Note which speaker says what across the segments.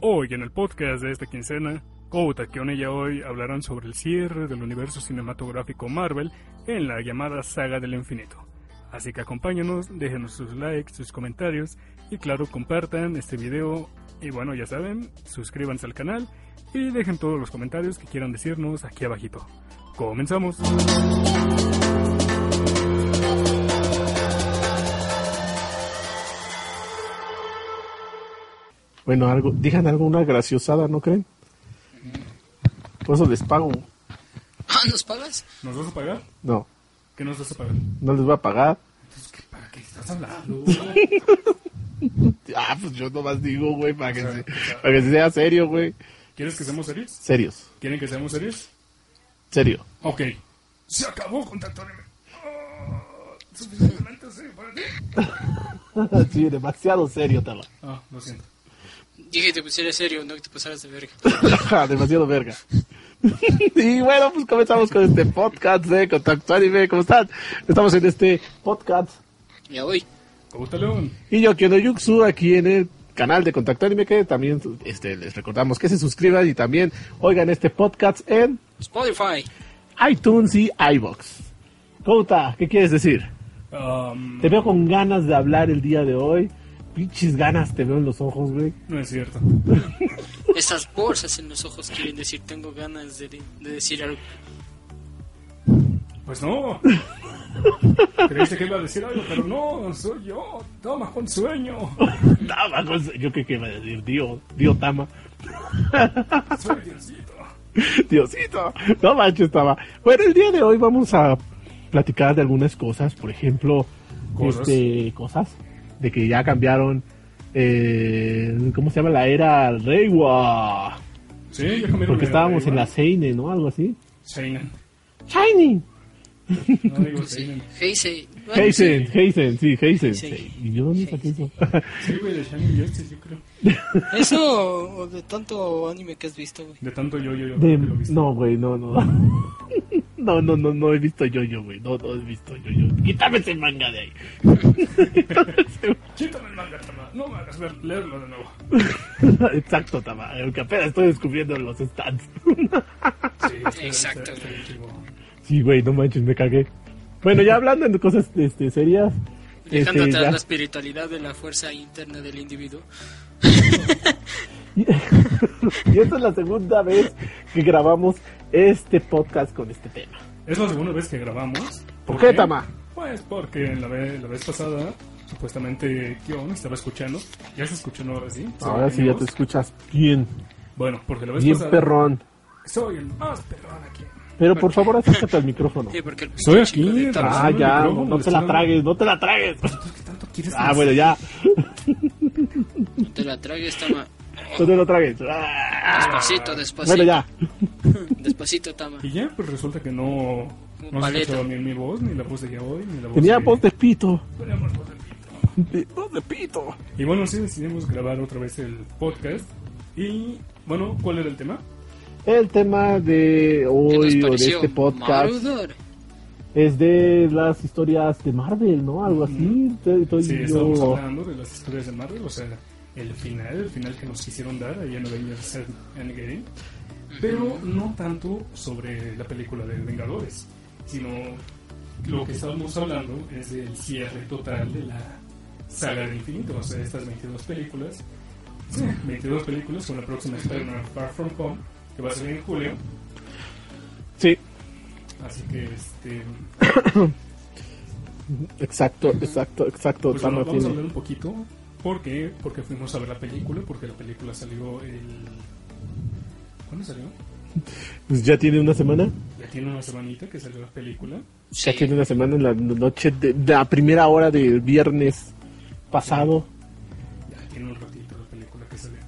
Speaker 1: Hoy en el podcast de esta quincena, Kouta y hoy hablarán sobre el cierre del universo cinematográfico Marvel en la llamada Saga del Infinito. Así que acompáñanos, déjenos sus likes, sus comentarios y claro, compartan este video y bueno, ya saben, suscríbanse al canal y dejen todos los comentarios que quieran decirnos aquí abajito. Comenzamos.
Speaker 2: Bueno, algo, digan alguna graciosada, ¿no creen? Por eso les pago.
Speaker 3: Ah, ¿nos pagas?
Speaker 1: ¿Nos vas a pagar?
Speaker 2: No,
Speaker 1: ¿Qué nos vas a pagar?
Speaker 2: no les voy a pagar.
Speaker 1: ¿Para qué estás hablando?
Speaker 2: Ah, pues yo nomás digo, güey, para que,
Speaker 1: O sea,
Speaker 2: se-
Speaker 1: o sea.
Speaker 2: para que sea serio, güey.
Speaker 1: ¿Quieres que seamos serios?
Speaker 2: Serios,
Speaker 1: ¿Quieren que seamos serios?
Speaker 2: serio.
Speaker 1: Ok. Se acabó con tanto anime. Oh, suficientemente serio para ti.
Speaker 2: sí, demasiado serio, Tala.
Speaker 1: Ah, lo siento.
Speaker 3: Dije que te pusiera serio, no que te pasaras de verga.
Speaker 2: Ajá, demasiado verga. y bueno, pues comenzamos con este podcast de Contacto Anime. eh, ¿Cómo están? Estamos en este podcast.
Speaker 3: Ya voy.
Speaker 1: Cauta León.
Speaker 2: Y yo, Kiono Yuxu, aquí en el canal de Contacto Anime, que también este, les recordamos que se suscriban y también oigan este podcast en
Speaker 3: Spotify.
Speaker 2: iTunes y iBox. Couta, ¿qué quieres decir?
Speaker 1: Um,
Speaker 2: Te veo con ganas de hablar el día de hoy. Pinches ganas te veo en los ojos, güey.
Speaker 1: no es cierto.
Speaker 3: Esas bolsas en los ojos quieren decir, tengo ganas de, de decir algo.
Speaker 1: Pues no. Creíste que iba a decir algo, pero no, soy yo. Toma con sueño.
Speaker 2: Tama, con se- yo qué qué iba a decir, Dio, Dio Tama.
Speaker 1: Soy Diosito.
Speaker 2: Diosito, no manches, Tama. Bueno, el día de hoy vamos a platicar de algunas cosas, por ejemplo,
Speaker 1: Cosas.
Speaker 2: este, cosas de que ya cambiaron, eh, ¿cómo se llama? La era Reiwa.
Speaker 1: Sí, yo cambié
Speaker 2: Porque estábamos en la Seine, ¿no? Algo así.
Speaker 1: Seinen.
Speaker 2: Shining.
Speaker 1: No digo Seinen.
Speaker 3: Heisei. Bueno,
Speaker 2: Heisen, Heisen, sí, Heisen.
Speaker 3: Sí.
Speaker 2: sí. ¿Y yo dónde saqué eso?
Speaker 1: Sí, güey, de Shining Justice, yo creo.
Speaker 3: Eso, o de tanto anime que has visto, güey.
Speaker 1: De tanto yo, yo, yo.
Speaker 2: De-
Speaker 1: que lo viste.
Speaker 2: no, güey, no, no. No, no, no, no he visto yo, yo, güey. No, no he visto yo, yo. Quítame ese manga de ahí.
Speaker 1: Quítame el manga, toma. No me hagas ver- leerlo de nuevo.
Speaker 2: Exacto, Tama. Aunque apenas estoy descubriendo los stands.
Speaker 1: Sí, este-
Speaker 3: Exacto.
Speaker 1: este- este tipo.
Speaker 2: Sí, güey, no manches, me cagué. Bueno, ya hablando de cosas este, serias.
Speaker 3: Dejando
Speaker 2: este,
Speaker 3: atrás
Speaker 2: ya-
Speaker 3: la espiritualidad de la fuerza interna del individuo.
Speaker 2: Y esta es la segunda vez que grabamos este podcast con este tema.
Speaker 1: Es la segunda vez que grabamos.
Speaker 2: ¿Por qué, Tama?
Speaker 1: Pues porque la vez, la vez pasada, supuestamente Kion estaba escuchando. Ya se escuchó, ¿no? Ahora sí. Pues ¿Se
Speaker 2: Ahora
Speaker 1: oye
Speaker 2: sí
Speaker 1: mi
Speaker 2: ya te
Speaker 1: voz?
Speaker 2: escuchas bien,
Speaker 1: Bueno, porque la vez
Speaker 2: bien
Speaker 1: pasada.
Speaker 2: perrón.
Speaker 1: Soy el más perrón aquí.
Speaker 2: Pero por favor, acércate al micrófono.
Speaker 3: Sí, porque el
Speaker 1: Estoy aquí,
Speaker 3: chico de
Speaker 2: Ah,
Speaker 3: Tama-
Speaker 1: Abrazando el
Speaker 2: ya,
Speaker 1: micrófono,
Speaker 2: no te la
Speaker 1: molestando.
Speaker 2: tragues, no te la tragues.
Speaker 1: ¿Qué tanto quieres
Speaker 2: Ah, bueno, ya. Ah.
Speaker 3: no te la tragues, Tama.
Speaker 2: No te lo tragues. Ah.
Speaker 3: Despacito, despacito.
Speaker 2: Bueno, ya.
Speaker 3: Despacito, Tama.
Speaker 1: Y ya, pues resulta que no. No se
Speaker 3: Paleta.
Speaker 1: escuchaba ni mi voz, ni la voz de Kion, ni la voz
Speaker 2: Tenía
Speaker 1: de-
Speaker 2: voz de pito.
Speaker 1: Teníamos voz de Pito.
Speaker 2: De- Voz de pito.
Speaker 1: Y bueno, sí decidimos grabar otra vez el podcast. Y bueno, ¿cuál era el tema?
Speaker 2: El tema de
Speaker 3: ¿Qué nos
Speaker 2: hoy o de
Speaker 3: pareció?
Speaker 2: este podcast
Speaker 3: Marudor.
Speaker 2: es de las historias de Marvel, ¿no? Algo así. Estoy- estoy
Speaker 1: Sí, estábamos
Speaker 2: yo...
Speaker 1: hablando de las historias de Marvel, o sea, el final, el final que nos quisieron dar ahí en Avengers Endgame, pero no tanto sobre la película de Vengadores, sino lo que estábamos hablando es del cierre total de la saga del infinito, o sea, estas 22 películas, sí, 22 películas con la próxima Spider-Man Far From Home, que va a salir en julio,
Speaker 2: Sí,
Speaker 1: así que este...
Speaker 2: exacto, exacto, exacto.
Speaker 1: Pues bueno,
Speaker 2: Tama
Speaker 1: vamos a
Speaker 2: tiene-
Speaker 1: hablar un poquito. ¿Por qué? Porque fuimos a ver la película, porque la película salió el... ¿Cuándo salió?
Speaker 2: Pues ya tiene una semana.
Speaker 1: Ya tiene una semanita que salió la película.
Speaker 2: Ya
Speaker 3: Sí.
Speaker 2: tiene una semana en la noche, de, de la primera hora del viernes pasado.
Speaker 1: Ya tiene un ratito la película que salió.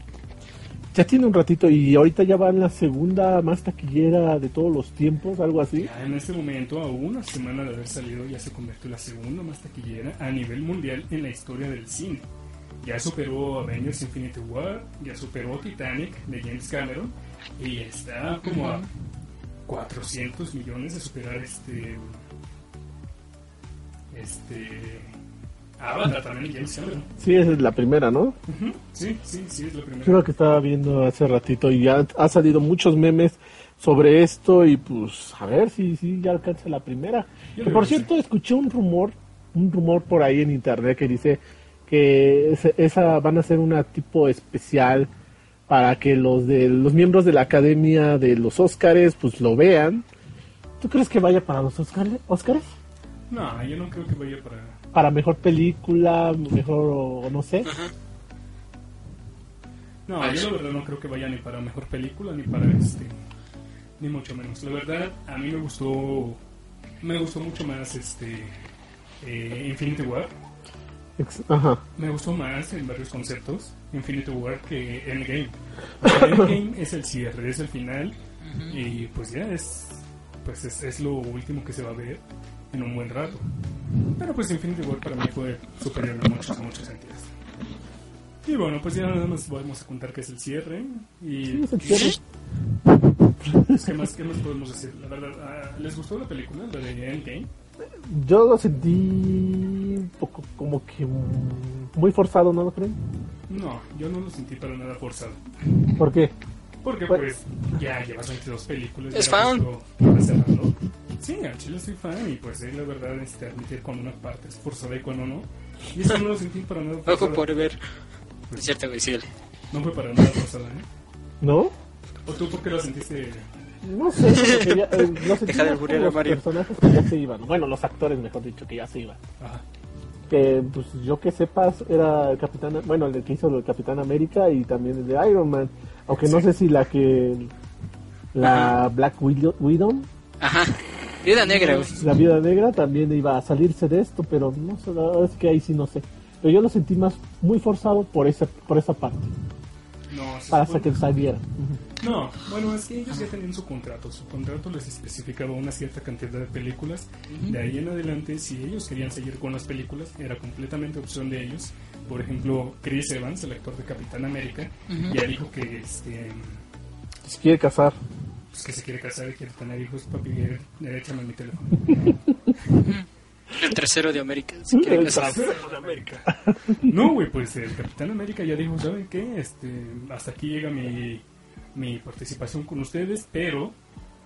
Speaker 2: Ya tiene un ratito y ahorita ya va en la segunda más taquillera de todos los tiempos, algo así.
Speaker 1: Ya en este momento, a una semana de haber salido, ya se convirtió en la segunda más taquillera a nivel mundial en la historia del cine. Ya superó Avengers Infinity War, ya superó Titanic de James Cameron y está como a 400 millones de superar este este Avatar también de James Cameron.
Speaker 2: Sí, esa es la primera, ¿no?
Speaker 1: Ujú, Sí, sí, sí, es la primera.
Speaker 2: Creo que estaba viendo hace ratito y ya ha salido muchos memes sobre esto y pues a ver si si ya alcanza la primera.
Speaker 1: Yo
Speaker 2: Que,
Speaker 1: creo
Speaker 2: por
Speaker 1: que
Speaker 2: cierto, escuché un rumor, un rumor por ahí en internet que dice que ese- esa van a ser una tipo especial para que los de los miembros de la Academia de los Óscares pues lo vean. ¿Tú crees que vaya para los Óscar- Óscares?
Speaker 1: No, yo no creo que vaya para.
Speaker 2: Para mejor película, mejor o- o no sé.
Speaker 3: Ajá.
Speaker 1: No,
Speaker 3: Ah,
Speaker 1: yo
Speaker 3: sí.
Speaker 1: la verdad no creo que vaya ni para mejor película ni para este. Ni mucho menos. La verdad, a mí me gustó. Me gustó mucho más este. eh, Infinity War.
Speaker 2: Ex- Ajá.
Speaker 1: Me gustó más en varios conceptos Infinity War que Endgame. Porque Endgame es el cierre, es el final.
Speaker 3: Ujú.
Speaker 1: Y pues ya es, pues es, es lo último que se va a ver en un buen rato. Pero pues Infinity War para mí fue superior en muchos, muchos sentidos. Y bueno, pues ya nada más vamos a contar que es el cierre. Y
Speaker 2: Sí, es el cierre.
Speaker 1: pues, ¿qué, más, ¿Qué más podemos decir? La verdad, ah, ¿les gustó la película, la de Endgame?
Speaker 2: Yo lo sentí un poco como que mm, muy forzado, ¿no lo creen?
Speaker 1: No, yo no lo sentí para nada forzado.
Speaker 2: ¿Por qué?
Speaker 1: Porque pues
Speaker 2: Pues-
Speaker 1: ya llevas 22 películas.
Speaker 3: Es
Speaker 1: ya
Speaker 3: fan.
Speaker 1: justo para cerrarlo. Sí, al chile soy fan y pues es la verdad este, admitir cuando una parte es forzada y cuando no. Y eso no lo sentí para nada
Speaker 3: Ojo
Speaker 1: forzado.
Speaker 3: por ver. Es cierto, güey, síguele.
Speaker 1: No fue para nada forzada, ¿eh?
Speaker 2: ¿No?
Speaker 1: ¿O tú por qué lo sentiste?
Speaker 2: No sé, como que ya, eh, lo sentí
Speaker 3: Deja
Speaker 2: más como
Speaker 3: de alburear a
Speaker 2: los
Speaker 3: Mario.
Speaker 2: personajes que ya se iban. Bueno, los actores, mejor dicho, que ya se iban.
Speaker 1: Ajá.
Speaker 2: Que, pues, yo que sepas, era el Capitán... Bueno, el de que hizo el Capitán América y también el de Iron Man. Aunque no sé si la que... La Black Widow, Widow,
Speaker 3: Ajá. Vida negra, güey.
Speaker 2: la Viuda Negra, también iba a salirse de esto, pero no sé, la verdad es que ahí sí no sé. Pero yo lo sentí más muy forzado por esa, por esa parte.
Speaker 1: No, Ah, se
Speaker 2: para
Speaker 1: supone-
Speaker 2: que saliera.
Speaker 1: No, bueno, es que ellos ya tenían su contrato. Su contrato les especificaba una cierta cantidad de películas. De ahí en adelante, si ellos querían seguir con las películas, era completamente opción de ellos. Por ejemplo, Chris Evans, el actor de Capitán América,
Speaker 3: Ujú.
Speaker 1: ya dijo que este,
Speaker 2: Si quiere casar.
Speaker 1: pues, que se quiere casar y quiere tener hijos, papi, eh, eh, échame mi teléfono.
Speaker 3: El tercero de América.
Speaker 2: Mm,
Speaker 3: Si quieren casar.
Speaker 1: No, güey, pues el Capitán América ya dijo, ¿saben qué? Este, hasta aquí llega mi, mi participación con ustedes, pero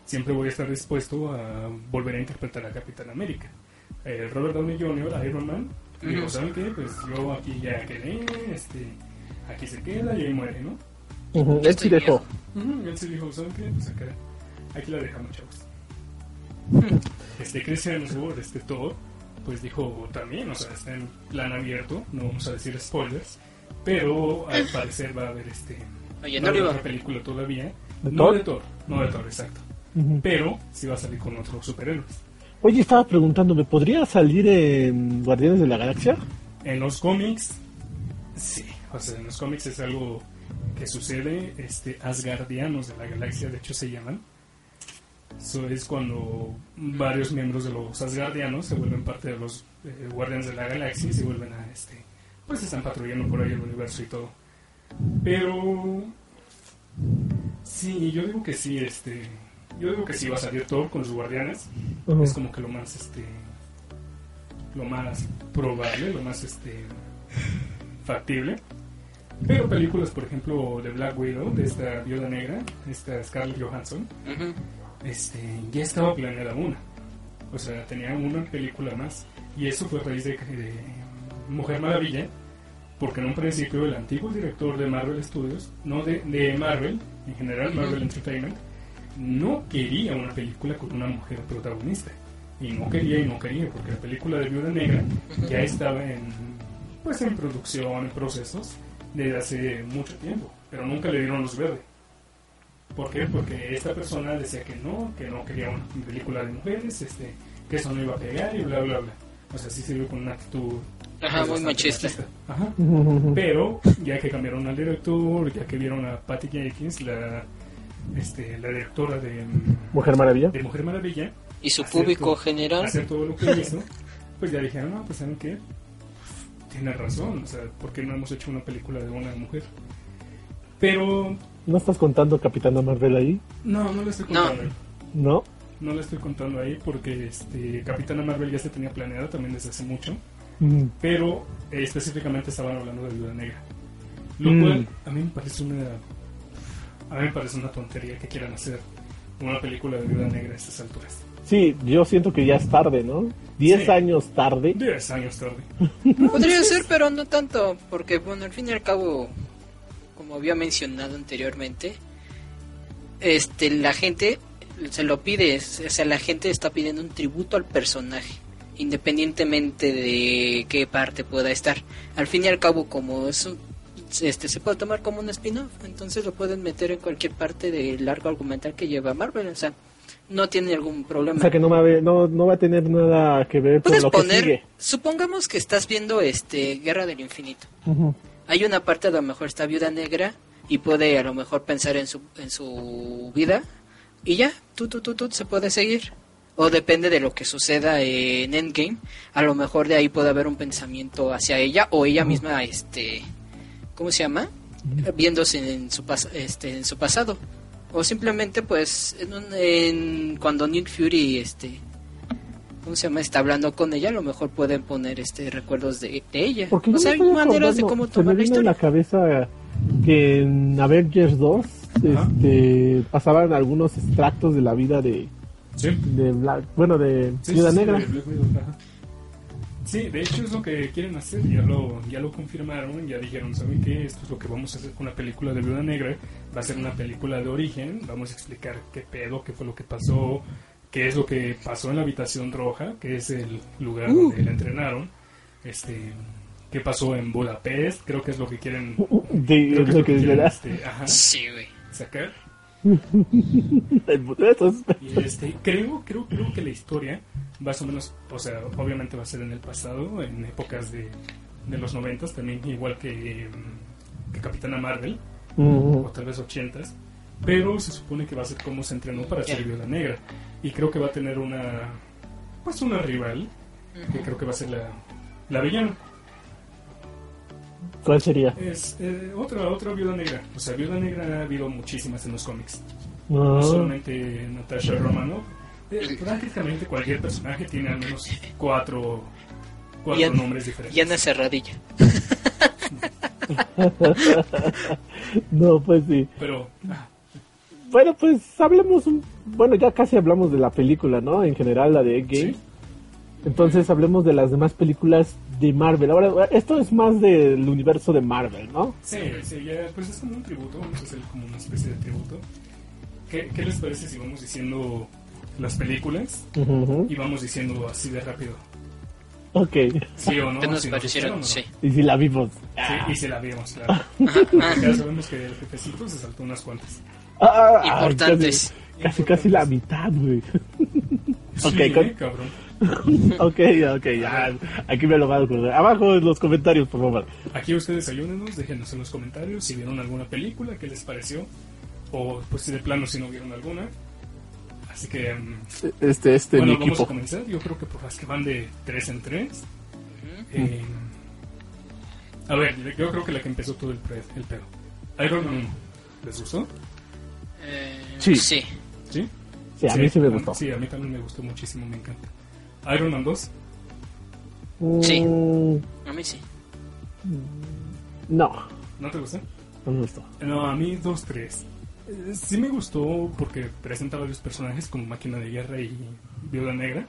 Speaker 1: siempre voy a estar dispuesto a volver a interpretar a Capitán América. Eh, Robert Downey Jr., a Iron Man, dijo,
Speaker 3: Ujú.
Speaker 1: ¿saben qué? Pues yo aquí ya quedé, este, aquí se queda y ahí muere, ¿no?
Speaker 2: Él sí dejó.
Speaker 1: Ujú, Él se dijo, ¿saben qué? Pues acá, aquí la dejamos, chavos. Este Christian Hemsworth, este Thor, pues dijo también, o sea, está en plan abierto, no vamos a decir spoilers, pero al parecer va a haber este...
Speaker 3: Oye,
Speaker 1: va
Speaker 3: no
Speaker 1: a
Speaker 3: le
Speaker 1: haber
Speaker 3: iba.
Speaker 1: otra película todavía.
Speaker 2: ¿De
Speaker 1: no
Speaker 2: Thor?
Speaker 1: de Thor, no de Thor, exacto. Pero sí va a salir con otros superhéroes.
Speaker 2: Oye, estaba preguntándome, ¿podría salir en Guardianes de la Galaxia?
Speaker 1: En los cómics, sí, o sea, en los cómics es algo que sucede, este, Asgardianos de la galaxia, de hecho se llaman. Eso es cuando varios miembros de los Asgardianos se vuelven parte de los eh, Guardianes de la Galaxia y se vuelven a, este, pues están patrullando por ahí el universo y todo. Pero, sí, yo digo que sí, este, yo digo que sí va a salir Thor con sus Guardianes es como que lo más este lo más probable lo más este factible pero películas por ejemplo de Black Widow de esta viuda negra esta Scarlett Johansson
Speaker 3: Ujú.
Speaker 1: este ya estaba planeada una o sea tenía una película más y eso fue a raíz de, de Mujer Maravilla porque en un principio el antiguo director de Marvel Studios no de, de Marvel en general Marvel Entertainment no quería una película con una mujer protagonista. Y no quería y no quería, porque la película de Viuda Negra ya estaba en, pues, en producción, en procesos, desde hace mucho tiempo, pero nunca le dieron luz verde. ¿Por qué? Porque esta persona decía que no, que no quería una película de mujeres, este, que eso no iba a pegar y bla, bla, bla. O sea, sí sirvió con una actitud...
Speaker 3: Ajá,
Speaker 1: pues,
Speaker 3: muy
Speaker 1: bastante
Speaker 3: machista.
Speaker 1: Ajá.
Speaker 2: Mm. Ujú.
Speaker 1: Pero ya que cambiaron al director, ya que vieron a Patty Jenkins, la, este, la directora de, mm,
Speaker 2: Mujer Maravilla.
Speaker 1: de Mujer Maravilla,
Speaker 3: Y su
Speaker 1: Hacer
Speaker 3: público
Speaker 1: todo.
Speaker 3: general.
Speaker 1: hacer todo lo que hizo, pues ya dijeron, no, pues saben qué, tiene razón, o sea, ¿por qué no hemos hecho una película de una mujer? Pero
Speaker 2: ¿No estás contando Capitana Marvel ahí?
Speaker 1: no, no le estoy
Speaker 3: No.
Speaker 1: contando. ahí.
Speaker 2: No.
Speaker 1: No le estoy contando ahí porque este, Capitana Marvel ya se tenía planeada también desde hace mucho.
Speaker 2: Mm,
Speaker 1: pero eh, específicamente estaban hablando de Viuda Negra. Lo
Speaker 2: Mm.
Speaker 1: cual a mí me parece una a mí me parece una tontería que quieran hacer una película de Viuda Negra a estas alturas.
Speaker 2: Sí, yo siento que ya es tarde, ¿no? Diez
Speaker 1: Sí.
Speaker 2: años tarde.
Speaker 1: 10 años tarde.
Speaker 3: Podría ser, pero no tanto, porque bueno, al fin y al cabo, como había mencionado anteriormente, este la gente se lo pide, es- o sea, la gente está pidiendo un tributo al personaje, independientemente de qué parte pueda estar. Al fin y al cabo, como eso este se puede tomar como un spin-off, entonces lo pueden meter en cualquier parte del largo argumental que lleva Marvel, o sea, no tiene algún problema.
Speaker 2: O sea que no va, a ver- no, no va a tener nada que ver con
Speaker 3: Puedes
Speaker 2: lo que
Speaker 3: poner,
Speaker 2: sigue.
Speaker 3: supongamos que estás viendo este Guerra del Infinito.
Speaker 2: Ujú.
Speaker 3: Hay una parte a lo mejor está viuda negra y puede a lo mejor pensar en su, en su vida y ya, tú, tú, tú, tú, se puede seguir. O depende de lo que suceda en Endgame, a lo mejor de ahí puede haber un pensamiento hacia ella o ella misma, este, ¿cómo se llama? Viéndose en su, pas- este, en su pasado. O simplemente pues en un- en- cuando Nick Fury, este, ¿cómo se llama? Está hablando con ella, a lo mejor pueden poner este recuerdos de, de ella.
Speaker 2: Porque
Speaker 3: o
Speaker 2: yo
Speaker 3: sea,
Speaker 2: me
Speaker 3: hay
Speaker 2: estoy
Speaker 3: maneras de
Speaker 2: acordando,
Speaker 3: cómo
Speaker 2: se me
Speaker 3: tomar
Speaker 2: vino
Speaker 3: la
Speaker 2: en
Speaker 3: historia.
Speaker 2: la cabeza que en Avengers 2
Speaker 1: Ajá.
Speaker 2: este, pasaban algunos extractos de la vida de,
Speaker 1: Sí.
Speaker 2: de Black, bueno, de
Speaker 1: Sí,
Speaker 2: Viuda
Speaker 1: sí, sí,
Speaker 2: Negra.
Speaker 1: de Black Widow, ajá. Sí, de hecho es lo que quieren hacer, ya lo, ya lo confirmaron, ya dijeron, ¿saben qué? Esto es lo que vamos a hacer con la película de Viuda Negra, va a ser una película de origen, vamos a explicar qué pedo, qué fue lo que pasó, qué es lo que pasó en la habitación roja, que es el lugar
Speaker 3: Uh.
Speaker 1: donde la entrenaron, este, qué pasó en Budapest, creo que es lo que quieren, creo que
Speaker 2: De,
Speaker 1: es
Speaker 2: Uh, lo que
Speaker 1: quieren,
Speaker 2: verás.
Speaker 1: este, ajá,
Speaker 3: Sí, güey.
Speaker 1: sacar.
Speaker 2: Entonces,
Speaker 1: Y este, creo, creo, creo que la historia, más o menos, o sea, obviamente va a ser en el pasado, en épocas de, de los noventas también, igual que, eh, que Capitana Marvel,
Speaker 2: mm,
Speaker 1: o tal vez ochentas, pero se supone que va a ser como se entrenó para ser
Speaker 3: Ya.
Speaker 1: Viuda Negra. Y creo que va a tener una, pues una rival, que creo que va a ser la, la villana.
Speaker 2: ¿cuál sería?
Speaker 1: Es eh, otra, otra Viuda Negra. O sea, Viuda Negra ha habido muchísimas en los cómics.
Speaker 2: No.
Speaker 1: no solamente Natasha Romanoff. Eh, prácticamente cualquier personaje tiene al menos cuatro, cuatro
Speaker 3: Ian-
Speaker 1: nombres diferentes.
Speaker 3: Y Ana Cerradilla.
Speaker 2: no, pues sí.
Speaker 1: Pero ah,
Speaker 2: Bueno, pues hablemos un... Bueno, ya casi hablamos de la película, ¿no? En general, la de Endgame.
Speaker 1: Sí.
Speaker 2: Entonces hablemos de las demás películas de Marvel. Ahora, esto es más del universo de Marvel, ¿no?
Speaker 1: sí, sí, ya, pues es como un tributo, vamos a hacer como una especie de tributo. ¿Qué, qué les parece si vamos diciendo las películas
Speaker 2: Ujú.
Speaker 1: y vamos diciendo así de rápido?
Speaker 2: Ok.
Speaker 1: Sí o no.
Speaker 3: ¿Qué nos
Speaker 1: si
Speaker 3: parecieron?
Speaker 1: gustaron
Speaker 3: Sí.
Speaker 1: o no.
Speaker 2: Y si la vimos.
Speaker 1: Sí, y se la vimos, claro. Ya sabemos que el jefecito se saltó unas cuantas.
Speaker 2: Ah, ay,
Speaker 3: Importantes.
Speaker 2: Casi, casi, casi la mitad, güey.
Speaker 1: Sí,
Speaker 2: Ok, con-
Speaker 1: eh, cabrón.
Speaker 2: ok, ok, ya. Aquí me lo van a acordar. Abajo en los comentarios, por favor.
Speaker 1: Aquí ustedes ayúdenos, déjenos en los comentarios si vieron alguna película, qué les pareció, o pues si de plano si no vieron alguna. Así que, mm,
Speaker 2: Este, este,
Speaker 1: bueno,
Speaker 2: mi
Speaker 1: vamos a
Speaker 2: equipo.
Speaker 1: comenzar. Yo creo que por las que van de 3 en 3. a ver, yo creo que la que empezó todo el, pre- el pedo. Iron Man 1.
Speaker 2: Mm.
Speaker 1: ¿Les gustó?
Speaker 3: Eh,
Speaker 2: Sí.
Speaker 3: sí.
Speaker 1: ¿Sí?
Speaker 2: Sí, a mí sí me gustó.
Speaker 1: Sí, a mí también me gustó muchísimo, me encanta. Iron Man 2.
Speaker 3: Sí.
Speaker 2: Mm,
Speaker 3: A mí sí.
Speaker 2: No,
Speaker 1: ¿No te gustó?
Speaker 2: no me gustó.
Speaker 1: No, a mí 2-3. Eh, Sí me gustó porque presenta varios personajes como Máquina de Guerra y Viuda Negra.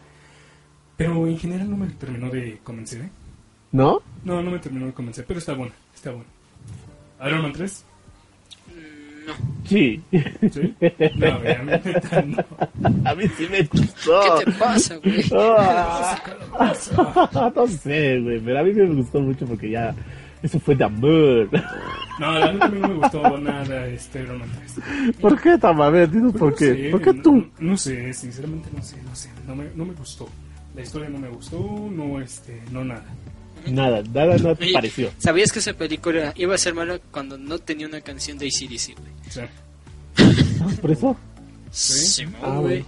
Speaker 1: Pero en general no me terminó de convencer, ¿eh?
Speaker 2: ¿No?
Speaker 1: No, no me terminó de convencer, pero está buena, está buena. Iron Man 3,
Speaker 3: Mm, No.
Speaker 2: Sí.
Speaker 1: ¿sí? No, güey, a mí neta, no.
Speaker 2: a mí sí me gustó.
Speaker 3: ¿Qué te pasa, güey?
Speaker 2: Ah,
Speaker 1: Calabaza.
Speaker 2: no sé, güey, pero a mí sí me gustó mucho porque ya... Eso fue de amor.
Speaker 1: No, la neta a mí no me gustó nada este Iron Man 3.
Speaker 2: ¿Por qué, Tama? A ver, dinos
Speaker 1: Pues
Speaker 2: por
Speaker 1: no
Speaker 2: qué.
Speaker 1: sé,
Speaker 2: ¿Por qué
Speaker 1: no-
Speaker 2: tú?
Speaker 1: No, sé, sinceramente no sé, no sé. No me, no me gustó. La historia no me gustó, no, este, no nada.
Speaker 2: Nada, nada, nada te
Speaker 3: Oye,
Speaker 2: pareció.
Speaker 3: ¿Sabías que esa película iba a ser mala cuando no tenía una canción de ACDC, güey?
Speaker 1: O sea,
Speaker 2: ¿Por eso?
Speaker 1: ¿Sí?
Speaker 3: Sí,
Speaker 2: Ah,
Speaker 3: güey.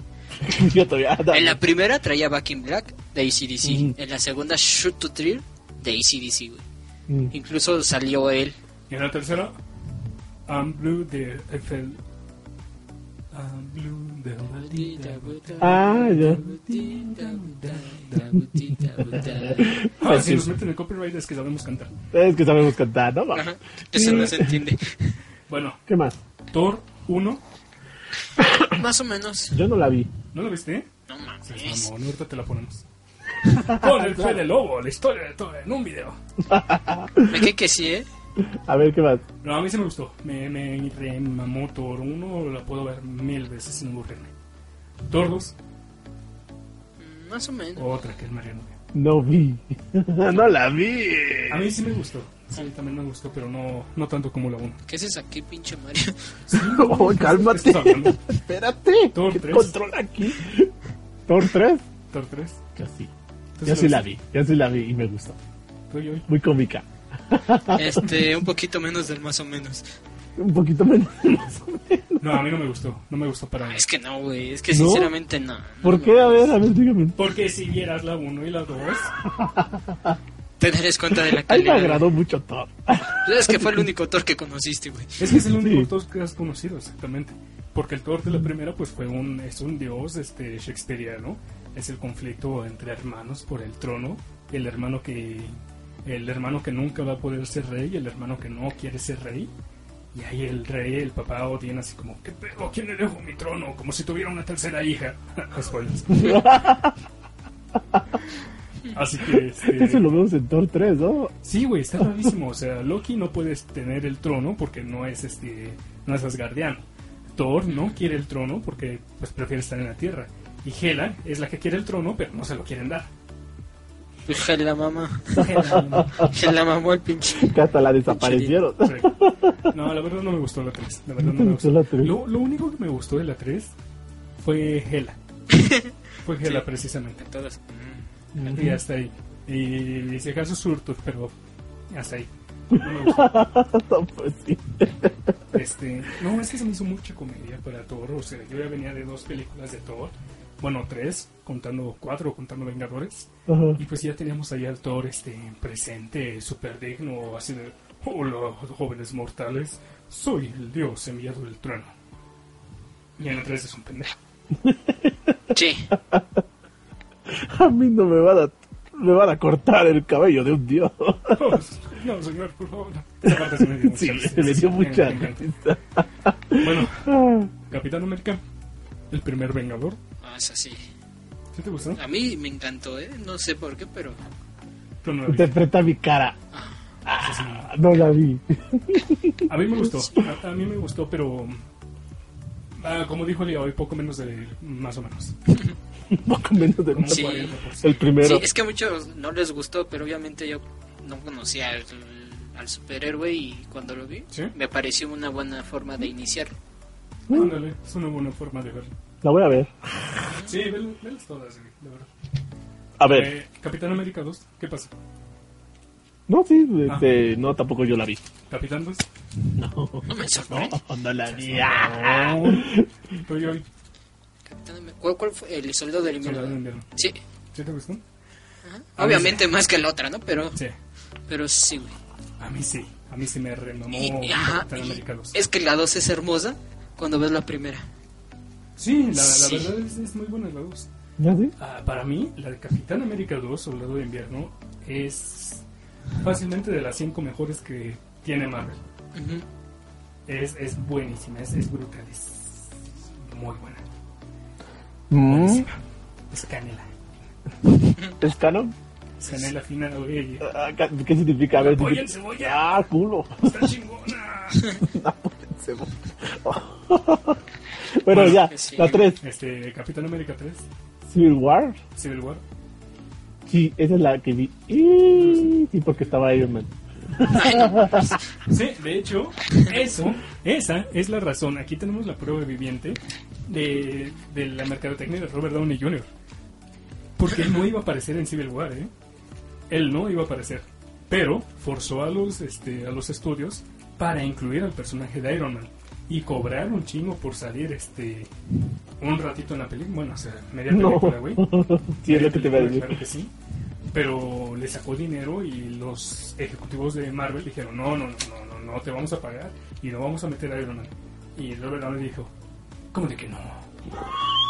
Speaker 2: bueno. Yo todavía...
Speaker 3: En la primera traía Back in Black de ACDC.
Speaker 2: Ujú.
Speaker 3: En la segunda, Shoot to Thrill de ACDC, güey.
Speaker 2: Mm.
Speaker 3: Incluso salió él.
Speaker 1: Y en la tercera, I'm Blue de FL. I'm blue, da, da, di, da, bu, da.
Speaker 2: Ah, ya.
Speaker 1: Ah, si nos meten el copyright es que sabemos cantar.
Speaker 2: Es que sabemos cantar, ¿no?
Speaker 3: Ajá, Eso no se entiende.
Speaker 1: Bueno,
Speaker 2: ¿Qué más?
Speaker 1: Thor 1,
Speaker 3: Más o menos.
Speaker 2: Yo no la vi.
Speaker 1: ¿no lo viste?
Speaker 3: No
Speaker 1: Seas
Speaker 3: mames.
Speaker 1: mamón, ahorita te la ponemos. Con el fe de lobo, la historia de Thor en un video.
Speaker 3: Me cae que sí, ¿eh?
Speaker 2: A ver, ¿qué más?
Speaker 1: No, a mí se me gustó. Me, me remamó Thor 1, la puedo ver mil veces sin aburrirme. Thor 2,
Speaker 3: Mm, Más o menos.
Speaker 1: otra que es Mariano.
Speaker 2: No vi. no la vi.
Speaker 1: A mí sí me gustó. Sí, también me gustó, pero no, no tanto como la 1.
Speaker 3: ¿Qué haces aquí, pinche Mario?
Speaker 2: Oh, cálmate.
Speaker 1: estás hablando?
Speaker 2: Espérate.
Speaker 1: Thor
Speaker 2: ¿Qué
Speaker 1: tres.
Speaker 2: controla aquí? ¿Thor 3?
Speaker 1: Thor 3.
Speaker 2: Casi.
Speaker 1: ¿Tú
Speaker 2: Yo
Speaker 1: sí
Speaker 2: sí
Speaker 1: la
Speaker 2: la vi. Yo sí la vi y me gustó.
Speaker 1: Tú y yo.
Speaker 2: Muy cómica.
Speaker 3: Este, un poquito menos del más o menos.
Speaker 2: Un poquito menos.
Speaker 1: No, a mí no me gustó. No me gustó para nada.
Speaker 3: Es que no, güey. Es que
Speaker 2: ¿No?
Speaker 3: sinceramente no.
Speaker 2: ¿Por
Speaker 3: No
Speaker 2: qué? A ver, a ver, dígame.
Speaker 1: Porque si vieras la 1 y la 2,
Speaker 3: Te darías cuenta de
Speaker 2: A mí
Speaker 3: la
Speaker 2: me
Speaker 3: calidad.
Speaker 2: agradó mucho Thor.
Speaker 3: Es que fue el único Thor que conociste, güey.
Speaker 1: es que es el único
Speaker 2: Sí.
Speaker 1: Thor que has conocido, exactamente. Porque el Thor de la primera, pues fue un, es un dios este, shakespeariano. Es el conflicto entre hermanos por el trono. El hermano que. El hermano que nunca va a poder ser rey, el hermano que no quiere ser rey. Y ahí el rey, el papá odian así como, ¿qué pedo? ¿A ¿Quién le dejo mi trono? Como si tuviera una tercera hija. Spoilers. así que... este,
Speaker 2: Eso lo vemos en Thor 3, ¿no?
Speaker 1: Sí, güey, está rarísimo. O sea, Loki no puede tener el trono porque no es este, no es asgardiano. Thor no quiere el trono porque pues prefiere estar en la tierra. Y Hela es la que quiere el trono, pero no se lo quieren dar.
Speaker 3: Hija de la mamá.
Speaker 1: Hela,
Speaker 3: Se la mamó el pinche.
Speaker 2: Que hasta la desaparecieron.
Speaker 1: no. Sí. No, la verdad no me gustó la 3. La verdad
Speaker 2: ¿No
Speaker 1: no
Speaker 2: te
Speaker 1: me
Speaker 2: gustó
Speaker 1: gustó.
Speaker 2: la tres?
Speaker 1: Lo, lo único que me gustó de la 3 fue Hela. Fue Hela
Speaker 3: Sí.
Speaker 1: precisamente.
Speaker 3: Todas. mm.
Speaker 1: Y hasta ahí. Y si acaso Surtur, pero hasta ahí. No me gustó.
Speaker 2: No, pues sí.
Speaker 1: Este, no, es que se me hizo mucha comedia para Thor. O sea, yo ya venía de dos películas de Thor. Bueno, tres, contando cuatro, contando Vengadores.
Speaker 2: Ajá.
Speaker 1: Y pues ya teníamos ahí al Thor este, presente, súper digno, así de: Hola, jóvenes mortales, soy el dios enviado del trueno. Y en la tres es un pendejo.
Speaker 3: Sí.
Speaker 2: A mí no me van a, me van a cortar el cabello de un dios.
Speaker 1: Oh, no, señor, por favor. no. Esa parte se me dio
Speaker 2: Sí,
Speaker 1: mucha
Speaker 2: se me dio
Speaker 1: me
Speaker 2: mucha
Speaker 1: encanta.
Speaker 2: risa.
Speaker 1: Bueno,
Speaker 2: Ah,
Speaker 1: Capitán América, el primer Vengador.
Speaker 3: Ah, es así.
Speaker 1: ¿Sí te gustó?
Speaker 3: A mí me encantó, ¿eh? No sé por qué, pero.
Speaker 1: Tú no la viste,
Speaker 2: Interpreta mi cara.
Speaker 1: ese es un-
Speaker 2: Ah, No la vi.
Speaker 1: A mí me gustó, a, a mí me gustó, pero ah, como dijo Leo, hoy poco menos de más o menos.
Speaker 2: Un poco menos de
Speaker 1: Como
Speaker 3: Sí.
Speaker 1: 40%.
Speaker 2: El primero.
Speaker 3: Sí, es que a muchos no les gustó, pero obviamente yo no conocía al, al superhéroe y cuando lo vi,
Speaker 1: ¿Sí?
Speaker 3: me pareció una buena forma de iniciar.
Speaker 1: Ándale, es una buena forma de verlo.
Speaker 2: La voy a ver.
Speaker 1: Sí, vel- velas todas, güey, de verdad.
Speaker 2: A ver.
Speaker 1: Eh, Capitán América 2, ¿qué pasa?
Speaker 2: No, sí, este, no, tampoco yo la vi.
Speaker 1: ¿Capitán 2?
Speaker 2: No,
Speaker 3: No me sorprende.
Speaker 2: no la vi. Ah.
Speaker 3: Oh.
Speaker 1: Tú y hoy,
Speaker 3: Capitán Amé- ¿Cuál, cuál fue? El soldado del
Speaker 1: Soldado de
Speaker 3: invierno.
Speaker 1: Invierno.
Speaker 3: Sí.
Speaker 1: ¿Sí te gustó?
Speaker 3: Ajá. Obviamente más que la otra, ¿no? Pero,
Speaker 1: Sí,
Speaker 3: pero sí, güey.
Speaker 1: a mí sí, a mí sí me renomó
Speaker 3: Y- y- ajá,
Speaker 1: Capitán
Speaker 3: y-
Speaker 1: América 2.
Speaker 3: es que la 2 es hermosa cuando ves la primera.
Speaker 1: Sí, la, la
Speaker 3: Sí.
Speaker 1: verdad es, es muy buena la 2.
Speaker 2: ¿Ya sí?
Speaker 1: Ah, para mí, la de Capitán América 2, Soldado de Invierno, es fácilmente de las 5 mejores que tiene Marvel.
Speaker 3: Ujú.
Speaker 1: Es, es buenísima, es, es brutal, es muy buena.
Speaker 2: Mm,
Speaker 1: Buenísima. Es canela.
Speaker 2: ¿Es canon?
Speaker 1: Es canela fina, güey.
Speaker 2: Ah, ca- ¿Qué significa? A ver,
Speaker 1: Apoyen
Speaker 2: dime-
Speaker 1: cebolla,
Speaker 2: Ah, culo.
Speaker 1: está chingona.
Speaker 2: Bueno, ya,
Speaker 3: sí.
Speaker 2: la 3,
Speaker 1: Este, Capitán América 3,
Speaker 2: Civil War.
Speaker 1: Civil War.
Speaker 2: Sí, esa es la que vi. Y- Sí, porque estaba Iron Man.
Speaker 1: Sí, de hecho, eso, esa es la razón. Aquí tenemos la prueba viviente de, de la mercadotecnia de Robert Downey Jr. Porque él no iba a aparecer en Civil War, ¿eh? Él no iba a aparecer. Pero forzó a los, este, a los estudios para incluir al personaje de Iron Man. Y cobrar un chingo por salir este un ratito en la película. Bueno, o sea, media
Speaker 2: No.
Speaker 1: película, güey.
Speaker 2: Sí, es lo que te voy a decir.
Speaker 1: Claro que sí. Pero le sacó dinero y los ejecutivos de Marvel dijeron, no, no, no, no, no, no te vamos a pagar y no vamos a meter a Iron Man. Y Robert Downey dijo, ¿Cómo de que no?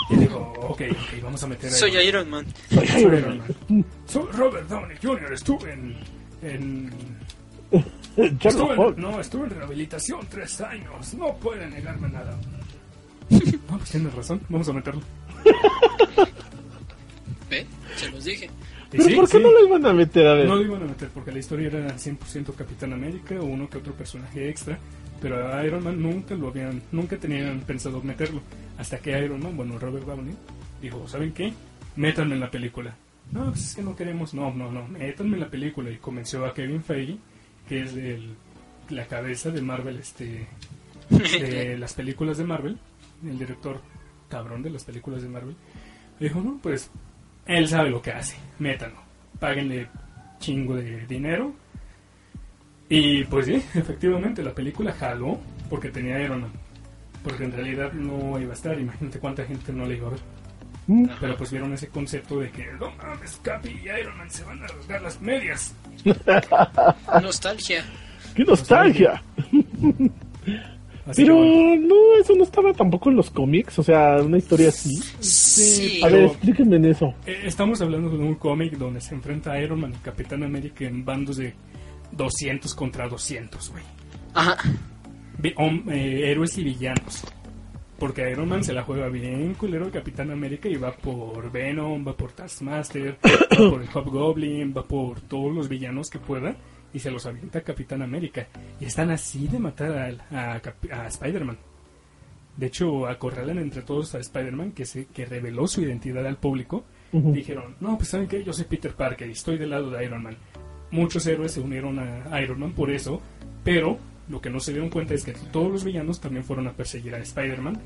Speaker 1: Y digo, ok, ok, vamos a meter a
Speaker 3: Soy Iron Man.
Speaker 2: Soy
Speaker 1: soy
Speaker 2: Iron
Speaker 1: Iron Man. Soy Robert Downey Jr. Estuve en... en
Speaker 2: Man. Sherlock
Speaker 1: Estuve en-
Speaker 2: Holmes.
Speaker 1: no, estuve en rehabilitación tres años. No pueden negarme nada. No, pues tienes razón. Vamos a meterlo.
Speaker 3: ¿Ve? Se los dije.
Speaker 1: Y
Speaker 2: Pero
Speaker 1: sí,
Speaker 2: ¿por qué
Speaker 1: sí,
Speaker 2: no les van a meter a ver?
Speaker 1: no lo iban a meter porque la historia era 100% Capitán América o uno que otro personaje extra. Pero a Iron Man nunca lo habían, nunca tenían pensado meterlo. Hasta que Iron Man, bueno, Robert Downey, dijo: ¿Saben qué? Métanme en la película. No, pues es que no queremos. No, no, no. Métanme en la película. Y convenció a Kevin Feige, que es el, la cabeza de Marvel, este. de las películas de Marvel, el director cabrón de las películas de Marvel, dijo, no, pues él sabe lo que hace, métanlo, páguenle chingo de dinero. Y pues sí, efectivamente, la película jaló porque tenía Iron Man. Porque en realidad no iba a estar, imagínate cuánta gente no le iba a ver.
Speaker 2: Mm.
Speaker 1: Pero pues vieron ese concepto de que, no mames, Capi y Iron Man se van a rasgar las medias.
Speaker 3: Ah. Nostalgia.
Speaker 2: ¡Qué nostalgia!
Speaker 1: Así
Speaker 2: Pero
Speaker 1: que, bueno,
Speaker 2: no, eso no estaba tampoco en los cómics, o sea, una historia así.
Speaker 3: Sí.
Speaker 2: A
Speaker 1: pero-
Speaker 2: ver, explíquenme en eso.
Speaker 1: Eh, Estamos hablando de un cómic donde se enfrenta a Iron Man y Capitán América en bandos de 200 contra 200, güey.
Speaker 3: Ajá.
Speaker 1: Vi- hom- eh, héroes y villanos. Porque Iron Man se la juega bien culero el Capitán América y va por Venom, va por Taskmaster, va por el Hobgoblin, va por todos los villanos que pueda y se los avienta a Capitán América. Y están así de matar al- a, Cap- a Spider-Man. De hecho, acorralan entre todos a Spider-Man que, se- que reveló su identidad al público
Speaker 2: Ujú.
Speaker 1: dijeron, no, pues saben que yo soy Peter Parker y estoy del lado de Iron Man. Muchos héroes se unieron a Iron Man por eso, pero lo que no se dieron cuenta es que todos los villanos también fueron a perseguir a Spider-Man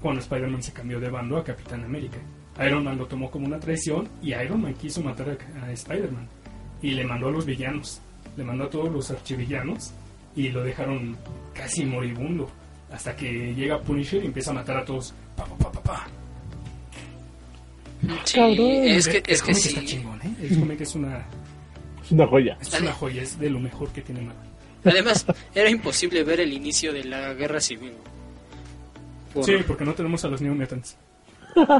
Speaker 1: cuando Spider-Man se cambió de bando a Capitán América. Iron Man lo tomó como una traición y Iron Man quiso matar a, a Spider-Man y le mandó a los villanos, le mandó a todos los archivillanos y lo dejaron casi moribundo hasta que llega Punisher y empieza a matar a todos. Pa, pa, pa, pa, pa.
Speaker 3: Sí,
Speaker 2: Cabrón.
Speaker 3: es que,
Speaker 1: El
Speaker 3: es que
Speaker 1: cómic
Speaker 3: sí.
Speaker 1: está chingón, ¿eh? El cómic es una
Speaker 2: Es una joya.
Speaker 1: es una joya, es de lo mejor que tiene Marvel.
Speaker 3: Además, era imposible ver el inicio de la guerra civil. Por-
Speaker 1: Sí, porque no tenemos a los New Mutants.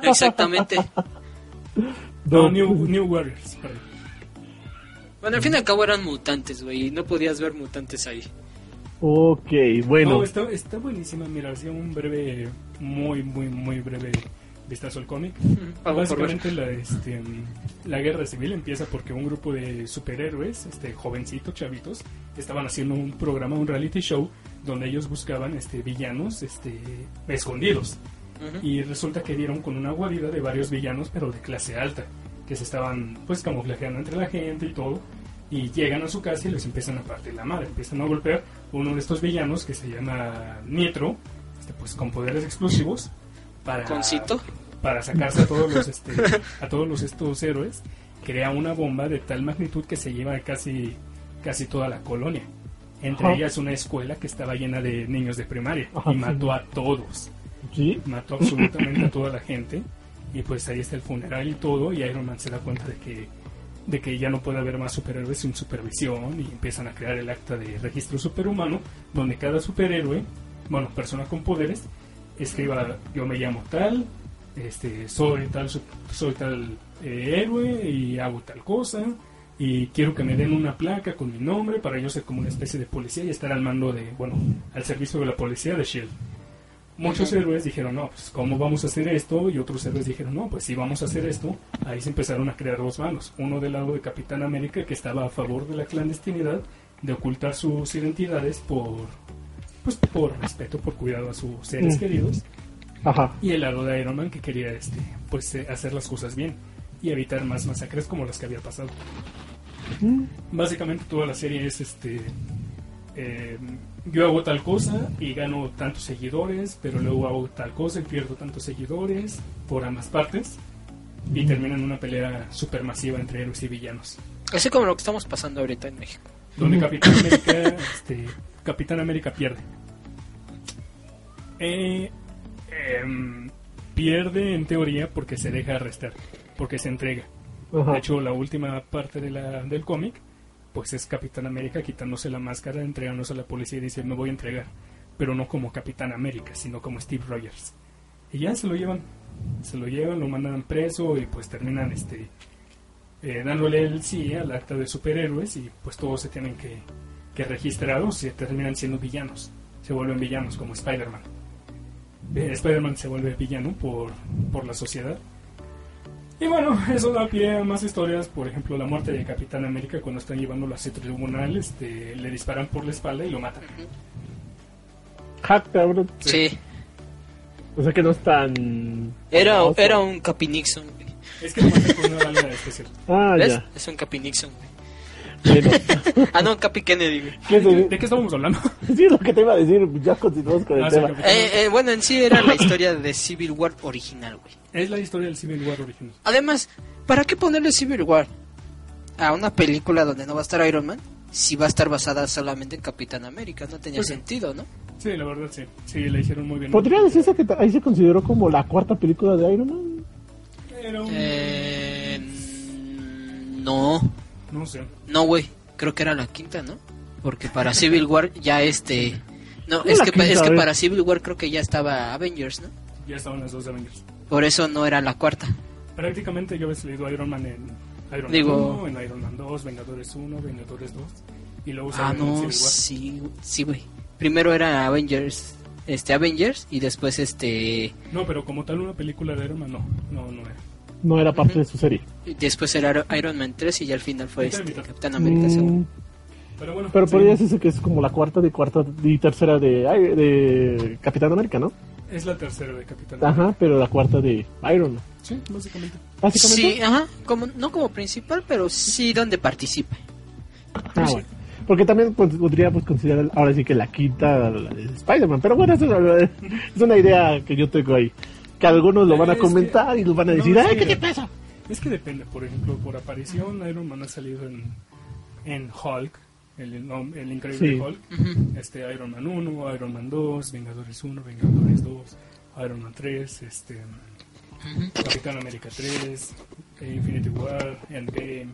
Speaker 3: Exactamente.
Speaker 1: No,
Speaker 2: No,
Speaker 1: New, New Warriors. perdón.
Speaker 3: Bueno, al fin y al cabo eran mutantes, güey. y No podías ver mutantes ahí.
Speaker 2: Ok, bueno.
Speaker 1: No, está, está buenísima. Mira, hacía un breve, muy, muy, muy breve vistazo al cómic.
Speaker 3: Pago por ver.
Speaker 1: Básicamente la, este, mm, la guerra civil empieza porque un grupo de superhéroes, este, jovencitos, chavitos, estaban haciendo un programa, un reality show, donde ellos buscaban este, villanos este, escondidos.
Speaker 3: Ujú.
Speaker 1: y resulta que dieron con una guarida de varios villanos, pero de clase alta, que se estaban pues camuflajeando entre la gente y todo, y llegan a su casa y les empiezan a partir la madre, empiezan a golpear uno de estos villanos que se llama Nitro, este, pues con poderes explosivos, para,
Speaker 3: Concito.
Speaker 1: para sacarse a todos los este, a todos los estos héroes, crea una bomba de tal magnitud que se lleva casi casi toda la colonia. Entre
Speaker 2: Ajá.
Speaker 1: ellas una escuela que estaba llena de niños de primaria
Speaker 2: Ajá,
Speaker 1: y
Speaker 2: sí.
Speaker 1: mató a todos
Speaker 2: Sí,
Speaker 1: mató absolutamente a toda la gente y pues ahí está el funeral y todo y Iron Man se da cuenta de que de que ya no puede haber más superhéroes sin supervisión y empiezan a crear el acta de registro superhumano donde cada superhéroe bueno persona con poderes escriba yo me llamo tal este soy tal su- soy tal eh, héroe y hago tal cosa y quiero que me den una placa con mi nombre para yo ser como una especie de policía y estar al mando de bueno al servicio de la policía de Shield Muchos
Speaker 3: Ujú.
Speaker 1: héroes dijeron, no, pues cómo vamos a hacer esto, y otros héroes dijeron, no, pues sí vamos a hacer esto. Ahí se empezaron a crear dos manos, uno del lado de Capitán América que estaba a favor de la clandestinidad, de ocultar sus identidades por, pues por respeto, por cuidado a sus seres
Speaker 2: Mm.
Speaker 1: queridos,
Speaker 2: ajá.
Speaker 1: y el lado de Iron Man que quería, este, pues eh, hacer las cosas bien y evitar más masacres como las que había pasado.
Speaker 2: Mm,
Speaker 1: Básicamente toda la serie es este. eh, yo hago tal cosa y gano tantos seguidores, pero luego hago tal cosa y pierdo tantos seguidores por ambas partes. Y termina en una pelea supermasiva entre héroes y villanos.
Speaker 3: Así como lo que estamos pasando ahorita en México.
Speaker 1: Donde Capitán América, este, Capitán América pierde. Eh, em, pierde en teoría porque se deja arrestar, porque se entrega.
Speaker 2: Ajá.
Speaker 1: De hecho, la última parte de la- del cómic, pues es Capitán América quitándose la máscara, entregándose a la policía y dice, me voy a entregar. Pero no como Capitán América, sino como Steve Rogers. Y ya se lo llevan. Se lo llevan, lo mandan preso y pues terminan este eh, dándole el sí al acta de superhéroes y pues todos se tienen que, que registrar o se terminan siendo villanos. Se vuelven villanos como Spider-Man. Eh, Spider-Man se vuelve villano por, por la sociedad. Y bueno, eso da pie a más historias, por ejemplo, la muerte de Capitán América cuando están llevándolo a ese tribunal, este, le disparan por la espalda y lo matan.
Speaker 2: Hack, cabrón.
Speaker 3: Sí.
Speaker 2: O sea que no es tan.
Speaker 3: Era,
Speaker 2: famoso.
Speaker 3: era un Capi Nixon, güey.
Speaker 1: Es que lo matan con una bala especial.
Speaker 2: Ah,
Speaker 3: ¿Ves?
Speaker 2: ya.
Speaker 3: Es un Capi Nixon, güey.
Speaker 2: Bueno,
Speaker 3: Ah, no, Capi Kennedy, güey.
Speaker 2: ¿qué
Speaker 1: ¿De,
Speaker 2: se-
Speaker 1: de qué estábamos hablando?
Speaker 2: Sí, lo que te iba a decir, ya continuamos con el
Speaker 1: Ah, sí,
Speaker 2: tema.
Speaker 1: Capitán-
Speaker 3: Eh, eh, bueno, en sí era la historia de Civil War original, güey.
Speaker 1: Es la historia del Civil War original.
Speaker 3: Además, ¿para qué ponerle Civil War a una película donde no va a estar Iron Man? Si va a estar basada solamente en Capitán América, no tenía
Speaker 1: Pues sí.
Speaker 3: sentido, ¿no?
Speaker 1: Sí, la verdad sí. Sí, la hicieron muy bien.
Speaker 2: ¿Podría decirse que ta- ahí se consideró como la cuarta película de Iron Man?
Speaker 1: Era un-
Speaker 3: Eh, no,
Speaker 1: No sé.
Speaker 3: no, güey. Creo que era la quinta, ¿no? Porque para Civil War ya este... No,
Speaker 2: No,
Speaker 3: es
Speaker 2: la
Speaker 3: que, pa-
Speaker 2: quinta,
Speaker 3: es
Speaker 2: a
Speaker 3: que
Speaker 2: ver.
Speaker 3: para Civil War creo que ya estaba Avengers, ¿no?
Speaker 1: Ya estaban las dos Avengers.
Speaker 3: Por eso no era la cuarta.
Speaker 1: Prácticamente yo había salido Iron Man en Iron Man
Speaker 3: Digo-
Speaker 1: 1, en Iron Man 2, Vengadores 1, Vengadores 2. Y luego
Speaker 3: Ah,
Speaker 1: salió en Civil War.
Speaker 3: no, sí, sí, güey. Primero era Avengers, este Avengers y después este
Speaker 1: No, pero como tal una película de Iron Man, no. No, no era.
Speaker 2: No era parte de su serie.
Speaker 3: y después era Iron Man 3 y ya al final fue
Speaker 1: Mitad y
Speaker 3: este,
Speaker 1: mitad.
Speaker 3: Capitán América según.
Speaker 2: Mm,
Speaker 1: Pero bueno.
Speaker 2: pero
Speaker 1: sí.
Speaker 2: podría decirse que es como la cuarta de cuarta y tercera de, Ai- de Capitán América, ¿no?
Speaker 1: Es la tercera de Capitán América.
Speaker 2: Ajá, pero la cuarta de Iron Man.
Speaker 1: Sí, básicamente.
Speaker 2: Básicamente.
Speaker 3: Sí, ajá, como no como principal, pero sí donde participa. pues
Speaker 2: Ah, bueno. Porque también pues, podría pues, considerar ahora sí que la quinta la de Spider-Man. Pero bueno, eso no- es una idea que yo tengo ahí. Que algunos lo van a
Speaker 1: Es que-
Speaker 2: comentar y lo van a
Speaker 1: no,
Speaker 2: decir,
Speaker 1: es
Speaker 2: ¡ay,
Speaker 1: que-
Speaker 2: qué te pasa!
Speaker 1: Es que depende, por ejemplo, por aparición, Iron Man ha salido en, en Hulk, el, el, hom- el increíble
Speaker 2: Sí.
Speaker 1: Hulk.
Speaker 3: Ujú.
Speaker 1: Este, Iron Man 1, Iron Man 2, Vengadores 1, Vengadores 2, Iron Man 3, este, Capitán América 3, eh, Infinity War, Endgame,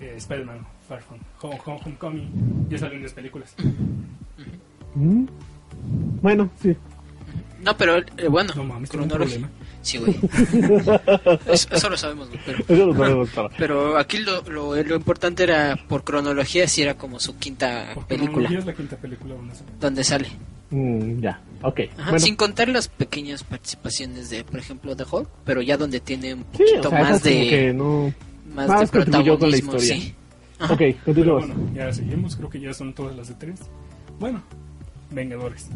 Speaker 1: eh, Spider-Man, Far From Home, Home- Homecoming. Ya salen 10 películas.
Speaker 2: Mm. Bueno, sí.
Speaker 3: No, pero eh, bueno,
Speaker 1: No mames, tengo un
Speaker 3: cronologi-
Speaker 1: problema.
Speaker 3: Sí, güey. eso, eso lo sabemos, güey, pero
Speaker 2: Eso lo podemos para.
Speaker 3: pero aquí lo, lo, lo importante era por cronología, si era como su quinta
Speaker 1: Porque
Speaker 3: película
Speaker 1: cronología es la quinta película, una sola.
Speaker 3: donde sale.
Speaker 2: Mm, ya, ok.
Speaker 3: Ajá,
Speaker 2: bueno,
Speaker 3: Sin contar las pequeñas participaciones de, por ejemplo, de Hulk, pero ya donde tiene un
Speaker 2: sí, o sea,
Speaker 3: poquito
Speaker 2: esas como
Speaker 3: más,
Speaker 2: que
Speaker 3: de,
Speaker 2: no.
Speaker 3: más,
Speaker 2: más
Speaker 3: de
Speaker 2: contribuyó
Speaker 3: protagonismo.
Speaker 2: con la historia.
Speaker 3: sí. Ajá.
Speaker 2: Ok,
Speaker 1: Pero
Speaker 2: continuamos.
Speaker 1: bueno, ya seguimos, creo que ya son todas las de 3. Bueno, Vengadores.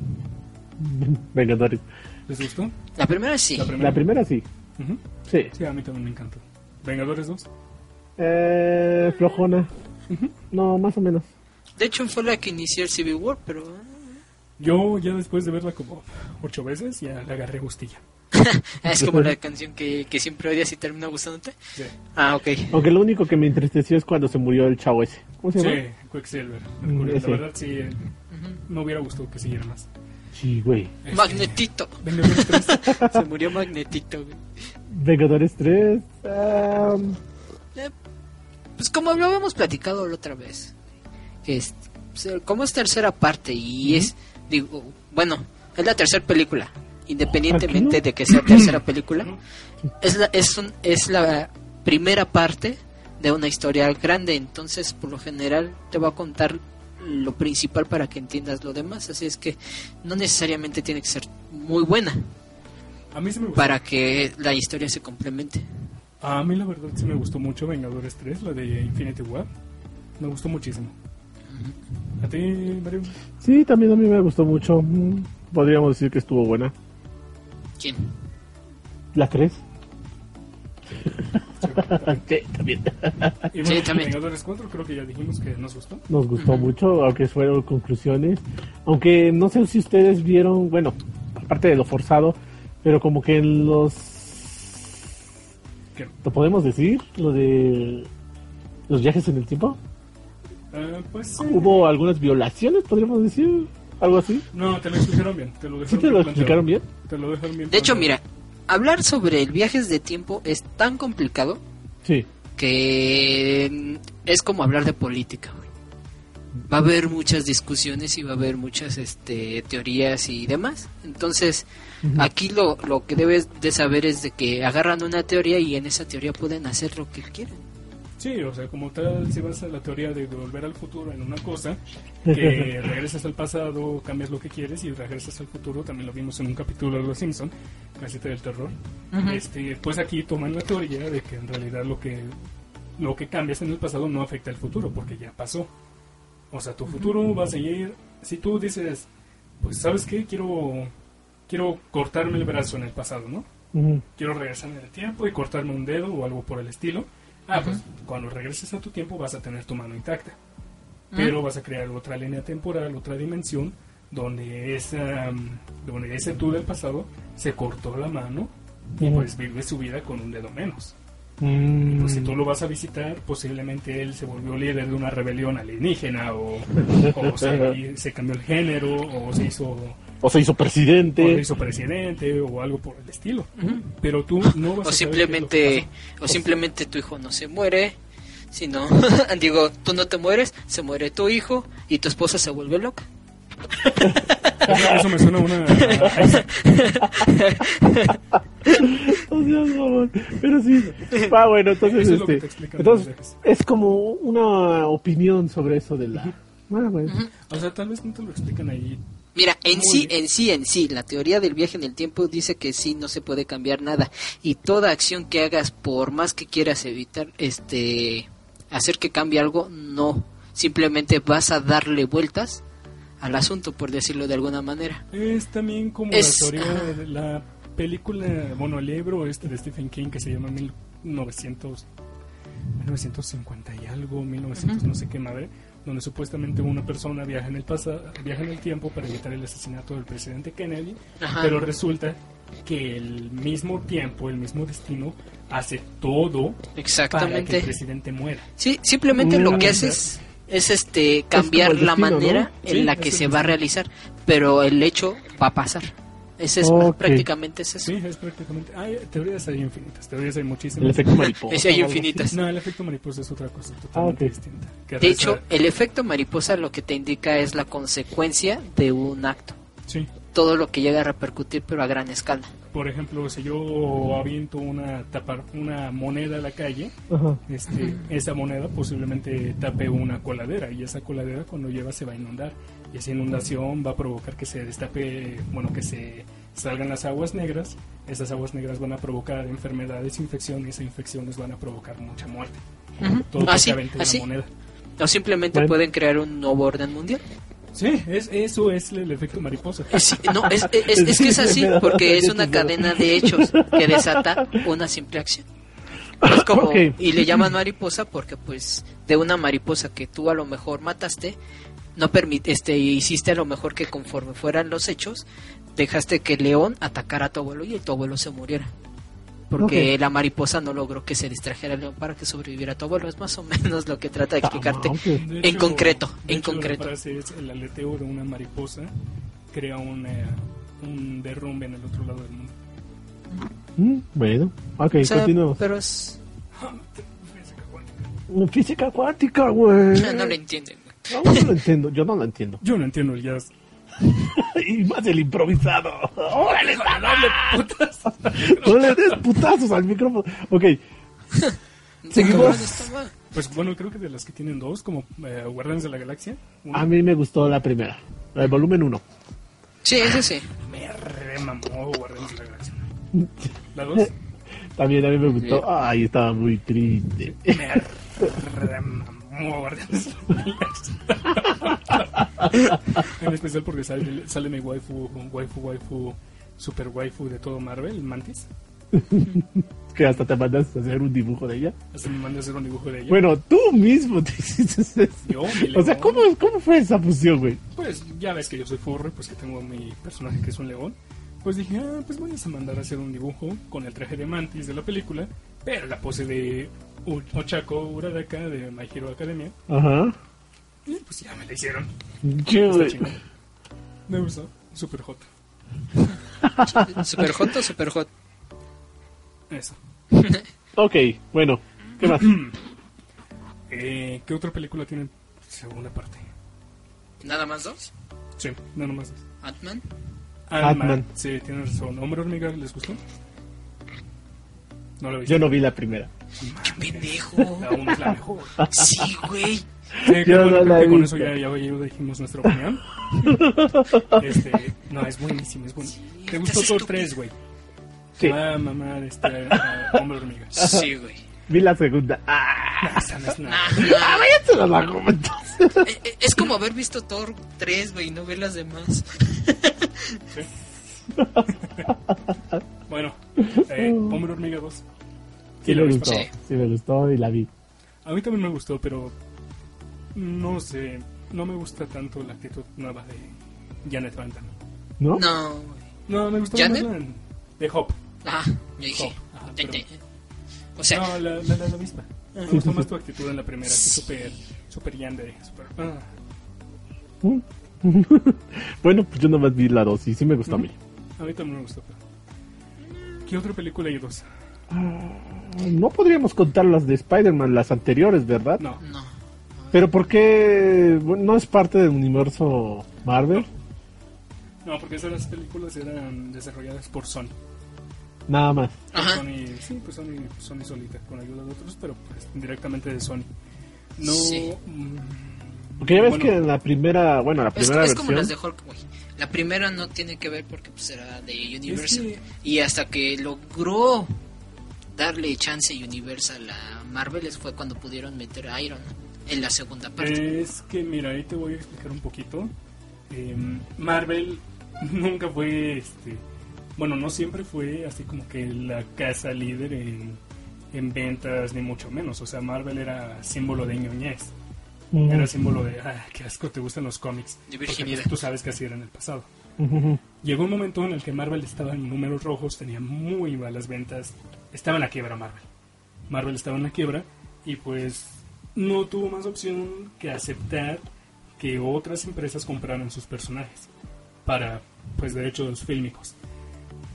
Speaker 2: Venga, Doris.
Speaker 1: ¿Les gustó?
Speaker 3: La primera sí.
Speaker 2: La primera sí.
Speaker 1: Ujú.
Speaker 2: Sí.
Speaker 1: Sí, a mí también me encantó. Vengadores 2.
Speaker 2: Eh, flojona. No, más o menos.
Speaker 3: De hecho, fue la que inició el Civil War, pero...
Speaker 1: Yo ya después de verla como ocho veces, ya le agarré gustilla.
Speaker 3: ah, es como la canción que, que siempre odias y termina gustándote.
Speaker 1: Sí,
Speaker 3: Ah, ok.
Speaker 2: Aunque lo único que me entristeció es cuando se murió el chavo ese. ¿Cómo se
Speaker 1: sí
Speaker 2: llama?
Speaker 1: Quicksilver.
Speaker 2: Mm,
Speaker 1: Mercurio. La
Speaker 2: ese.
Speaker 1: verdad, sí, eh, me hubiera gustado que siguiera más.
Speaker 2: Sí, güey.
Speaker 1: Este,
Speaker 3: Magnetito.
Speaker 1: Vengadores 3.
Speaker 3: Se murió Magnetito, güey.
Speaker 2: Vengadores em, 3. am,
Speaker 3: Eh, pues como lo habíamos platicado la otra vez, es, se- como es tercera parte y es, digo, bueno, es la tercera pelíula, independientemente
Speaker 2: Aquí no.
Speaker 3: de que sea tercera película,
Speaker 1: No.
Speaker 3: es la, es, un- es la primera parte de una historia grande, entonces por lo general te va a contar lo principal para que entiendas lo demás, así es que no necesariamente tiene que ser muy buena
Speaker 1: A mí sí me gustó.
Speaker 3: para que la historia se complemente.
Speaker 1: A mí, la verdad, sí me gustó mucho Vengadores 3, la de Infinity War. Me gustó muchísimo. ¿A ti, Mario?
Speaker 2: Sí, también a mí me gustó mucho. Mm, Podríamos decir que estuvo buena.
Speaker 3: ¿Quién?
Speaker 2: ¿La 3?
Speaker 1: Sí,
Speaker 2: sí, también.
Speaker 1: Y
Speaker 3: Sí,
Speaker 1: bueno,
Speaker 3: también.
Speaker 1: Vengadores 4 creo que ya dijimos que nos gustó.
Speaker 2: Nos gustó mucho, aunque fueron conclusiones. Aunque no sé si ustedes vieron, bueno, aparte de lo forzado, pero como que en los.
Speaker 1: ¿Qué?
Speaker 2: ¿Lo podemos decir? Lo de. Los viajes en el tiempo.
Speaker 1: Eh, pues sí.
Speaker 2: Hubo algunas violaciones, podríamos decir. Algo así.
Speaker 1: No, te lo explicaron bien. Te lo
Speaker 2: ¿Sí
Speaker 1: dejaron
Speaker 2: te lo
Speaker 1: bien
Speaker 2: explicaron
Speaker 1: planteado.
Speaker 2: bien?
Speaker 1: Te lo dejaron bien.
Speaker 3: De hecho,
Speaker 1: planteado.
Speaker 3: mira, hablar sobre el viajes de tiempo es tan complicado
Speaker 2: Sí.
Speaker 3: que mm, es como hablar de política, güey. va a haber muchas discusiones y va a haber muchas este, teorías y demás. Entonces, aquí lo, lo que debes de saber es de que agarran una teoría y en esa teoría pueden hacer lo que quieran.
Speaker 1: Sí, o sea, como tal, si vas a la teoría de volver al futuro en una cosa, que regresas al pasado, cambias lo que quieres y regresas al futuro, también lo vimos en un capítulo de Los Simpson, Casita del Terror.
Speaker 3: Ujú.
Speaker 1: este, pues aquí toman la teoría de que en realidad lo que, lo que cambias en el pasado no afecta al futuro, porque ya pasó. O sea, tu futuro va a seguir. Si tú dices, pues, ¿sabes qué? Quiero, quiero cortarme el brazo en el pasado, ¿no?
Speaker 2: Ujú.
Speaker 1: quiero regresar en el tiempo y cortarme un dedo o algo por el estilo. Ah, pues cuando regreses a tu tiempo vas a tener tu mano intacta.
Speaker 2: Mm.
Speaker 1: Pero vas a crear otra línea temporal, otra dimensión, donde, esa, mm, donde ese tú del pasado se cortó la mano y
Speaker 2: Ujú.
Speaker 1: pues vive su vida con un dedo menos.
Speaker 2: Mm.
Speaker 1: Pues si tú lo vas a visitar, posiblemente él se volvió líder de una rebelión alienígena o, o se, se cambió el género o se hizo
Speaker 2: O se hizo presidente.
Speaker 1: o lo hizo presidente o algo por el estilo.
Speaker 3: Ujú.
Speaker 1: Pero tú no vas a saber qué es
Speaker 3: o
Speaker 1: lo que
Speaker 3: simplemente o simplemente tu hijo no se muere sino digo tú no te mueres se muere tu hijo y tu esposa se vuelve loca
Speaker 1: pasa. Eso, eso me suena a una.
Speaker 2: Oh, Dios, mamón. Pero sí. Ah, bueno, entonces,
Speaker 1: Eso es lo que
Speaker 2: este,
Speaker 1: te explican
Speaker 2: entonces
Speaker 1: los viajes.
Speaker 2: es como una opinión sobre eso de la. Ah, bueno.
Speaker 1: o sea, tal vez no te lo explican ahí.
Speaker 3: mira en
Speaker 1: Muy
Speaker 3: sí
Speaker 1: bien.
Speaker 3: en sí en sí la teoría del viaje en el tiempo dice que sí no se puede cambiar nada y toda acción que hagas por más que quieras evitar este hacer que cambie algo no simplemente vas a darle vueltas al asunto por decirlo de alguna manera
Speaker 1: Es también como
Speaker 3: Es-
Speaker 1: la teoría de la película, bueno, el libro este de Stephen King que se llama 1900, 1950 y algo, 1900 no sé qué madre, donde supuestamente una persona viaja en el pasado, viaja en el tiempo para evitar el asesinato del presidente Kennedy,
Speaker 3: Ajá.
Speaker 1: pero resulta que el mismo tiempo, el mismo destino hace todo para que
Speaker 3: exactamente
Speaker 1: el presidente muera.
Speaker 3: Sí, simplemente lo que
Speaker 1: Mm.
Speaker 3: haces es este cambiar
Speaker 2: como el
Speaker 3: la
Speaker 2: destino,
Speaker 3: manera
Speaker 1: ¿no?
Speaker 3: en
Speaker 1: Sí,
Speaker 3: la
Speaker 1: es
Speaker 3: que
Speaker 1: el
Speaker 3: se va a
Speaker 1: destino.
Speaker 3: realizar, pero el hecho va a pasar. Ese es
Speaker 2: Ok.
Speaker 3: prácticamente es eso.
Speaker 1: Sí, es prácticamente. Hay teorías hay infinitas, teorías hay
Speaker 2: El
Speaker 1: muchísimas.
Speaker 2: efecto mariposa.
Speaker 3: Es- hay infinitas.
Speaker 1: No, el efecto mariposa es otra cosa totalmente
Speaker 2: Ah, ok.
Speaker 1: distinta. Que
Speaker 3: De
Speaker 1: reza-
Speaker 3: hecho, el efecto mariposa lo que te indica es la consecuencia de un acto.
Speaker 1: sí.
Speaker 3: Todo lo que llega a repercutir, pero a gran escala.
Speaker 1: Por ejemplo, si yo aviento una tapar una moneda a la calle,
Speaker 2: Ajá.
Speaker 1: este, esa moneda posiblemente tape una coladera y esa coladera cuando lleva se va a inundar y esa inundación va a provocar que se destape, bueno, que se salgan las aguas negras. Esas aguas negras van a provocar enfermedades, infecciones, e infecciones van a provocar mucha muerte. Todo porque
Speaker 3: Así,
Speaker 1: aventé
Speaker 3: así.
Speaker 1: una moneda.
Speaker 3: O simplemente
Speaker 2: Bueno.
Speaker 3: pueden crear un nuevo orden mundial.
Speaker 1: Sí, es, eso es el efecto mariposa.
Speaker 3: Sí, no, es, es- es que es así, porque es una cadena de hechos que desata una simple acción. Es como,
Speaker 2: Ok.
Speaker 3: y le llaman mariposa porque pues de una mariposa que tú a lo mejor mataste, no permite, este, hiciste a lo mejor que conforme fueran los hechos, dejaste que León atacara a tu abuelo y tu abuelo se muriera. Porque
Speaker 2: Ok.
Speaker 3: la mariposa no logró que se distrajera a León para que sobreviviera a tu abuelo. Es más o menos lo que trata de
Speaker 2: Ah,
Speaker 3: explicarte.
Speaker 2: Tamauque.
Speaker 1: De
Speaker 3: En concreto,
Speaker 1: de
Speaker 3: en
Speaker 1: hecho,
Speaker 3: concreto.
Speaker 1: La frase es el aleteo de una mariposa crea una- un derrumbe en el otro lado del mundo.
Speaker 2: Mm, Bueno, ok,
Speaker 3: O sea,
Speaker 2: continuamos.
Speaker 3: pero es-
Speaker 2: Mm, Física cuántica, güey.
Speaker 3: no lo entienden. güey.
Speaker 2: No, no lo entiendo, yo no lo entiendo.
Speaker 1: Yo no entiendo el jazz.
Speaker 2: Y más el improvisado. ¡Órale,
Speaker 1: ¡Dale putas!
Speaker 2: No le des putazos al micrófono. Ok, Seguimos.
Speaker 3: No está mal.
Speaker 1: Pues bueno, creo que de las que tienen dos, como eh, Guardianes de la Galaxia, una
Speaker 2: a mí me gustó la primera. El volumen 1.
Speaker 3: Sí, eso sí.
Speaker 1: me remamó Guardianes de la Galaxia. La dos
Speaker 2: También a mí me gustó. Ay, estaba muy triste.
Speaker 1: me remamó Guardianes de la Galaxia. en especial porque sale, sale mi waifu, waifu, waifu, super waifu de todo Marvel, Mantis.
Speaker 2: Que hasta te mandaste a hacer un dibujo de ella.
Speaker 1: Hasta me mandé a hacer un dibujo de ella.
Speaker 2: Bueno, tú mismo te hiciste eso.
Speaker 1: Yo, mi
Speaker 2: O sea,
Speaker 1: león.
Speaker 2: ¿cómo, cómo fue esa fusión, güey?
Speaker 1: Pues ya ves que yo soy furry, pues que tengo mi personaje que es un león. Pues dije, ah, pues voy a mandar a hacer un dibujo con el traje de Mantis de la película, pero la pose de U- Ochako Uradaka de My Hero Academia.
Speaker 2: Ajá.
Speaker 1: Y pues ya me la hicieron.
Speaker 2: Yo,
Speaker 1: Está
Speaker 2: güey.
Speaker 1: chingón. Me gustó. Super hot. Ah.
Speaker 3: Super hot o super hot.
Speaker 1: Eso.
Speaker 2: Ok, bueno. ¿Qué más?
Speaker 1: Eh, ¿Qué otra película tiene segunda parte?
Speaker 3: ¿Nada más dos?
Speaker 1: Sí, nada más.
Speaker 3: ¿Atman?
Speaker 1: Ant-Man.
Speaker 2: Ant-Man.
Speaker 1: Sí, tienes razón. ¿Hombre hormiga les gustó? No lo vi.
Speaker 2: Yo no vi la primera.
Speaker 3: ¡Qué pendejo!
Speaker 1: La uno es la mejor.
Speaker 3: Sí, güey.
Speaker 1: Sí, qué
Speaker 2: Yo
Speaker 1: bueno,
Speaker 2: no
Speaker 1: creo
Speaker 2: la he
Speaker 1: que con eso
Speaker 2: visto.
Speaker 1: ya, ya, ya dijimos nuestra opinión. este, no, es buenísimo, es buenísimo.
Speaker 3: Sí,
Speaker 1: ¿Te gustó
Speaker 3: estás
Speaker 1: Thor
Speaker 3: estúpido.
Speaker 1: 3, güey?
Speaker 2: Sí.
Speaker 1: Ah, mamá, este, ah, hombre hormiga.
Speaker 3: Sí, güey.
Speaker 2: Vi la segunda. ¡Ah!
Speaker 1: Esa no es nada.
Speaker 3: Nah, nah.
Speaker 2: ¡Váyanse a la goma, entonces!
Speaker 3: Ah, Eh, eh, Es como haber visto Thor 3, güey, y no ver las demás.
Speaker 1: Bueno, eh, Hombre Hormiga 2.
Speaker 2: Sí me gustó.
Speaker 3: Sí.
Speaker 2: Sí me gustó y la vi.
Speaker 1: A mí también me gustó, pero no sé, no me gusta tanto la actitud nueva de Janet Van Damme.
Speaker 2: ¿No?
Speaker 3: No, güey.
Speaker 1: No, me gustó
Speaker 3: ¿Janet?
Speaker 1: más la de Hop.
Speaker 3: Ah, yo dije.
Speaker 1: Oh, ajá,
Speaker 3: Te- te-
Speaker 1: perdón.
Speaker 3: O sea,
Speaker 1: No, la, la, la, la misma. Eh, Me
Speaker 2: Sí,
Speaker 1: gustó
Speaker 2: sí,
Speaker 1: más
Speaker 2: sí.
Speaker 1: tu actitud en la primera, así súper, súper yandere, súper... ah.
Speaker 2: Mm. bueno, pues yo nomás vi la dos y sí me gustó a mí.
Speaker 1: A mí también me gustó, pero... ¿Qué otra película hay dos?
Speaker 2: No podríamos contar las de Spider-Man, las anteriores, ¿verdad?
Speaker 1: No.
Speaker 3: no.
Speaker 2: Pero ¿por qué bueno, no es parte del universo Marvel?
Speaker 1: No, porque esas películas eran desarrolladas por Sony.
Speaker 2: Nada más.
Speaker 3: Ajá.
Speaker 1: Sony, sí, pues Sony, Sony solita, con ayuda de otros, pero pues directamente de Sony. No...
Speaker 3: Sí.
Speaker 1: mm,
Speaker 2: Porque ya ves
Speaker 1: bueno,
Speaker 2: que en la primera, bueno, la
Speaker 3: Es,
Speaker 2: primera
Speaker 3: es como
Speaker 2: versión.
Speaker 3: las de Hulk, güey. La primera no tiene que ver porque pues, era de Universal.
Speaker 1: Es
Speaker 3: Y hasta que logró darle chance Universal a Marvel es- fue cuando pudieron meter a Iron Man en la segunda parte.
Speaker 1: Es que, mira, ahí te voy a explicar un poquito. Eh, Marvel nunca fue, este, bueno, no siempre fue así como que la casa líder en, en ventas, ni mucho menos. O sea, Marvel era símbolo de ñoñez.
Speaker 2: Ujú,
Speaker 1: Era símbolo de, ah, qué asco, te gustan los cómics.
Speaker 3: De
Speaker 1: Porque,
Speaker 3: virginidad.
Speaker 1: pues, tú sabes que así era en el pasado.
Speaker 2: ujú, ujú.
Speaker 1: Llegó un momento en el que Marvel estaba en números rojos, tenía muy malas ventas, estaba en la quiebra Marvel. Marvel estaba en la quiebra y pues no tuvo más opción que aceptar que otras empresas compraran sus personajes para pues derechos fílmicos.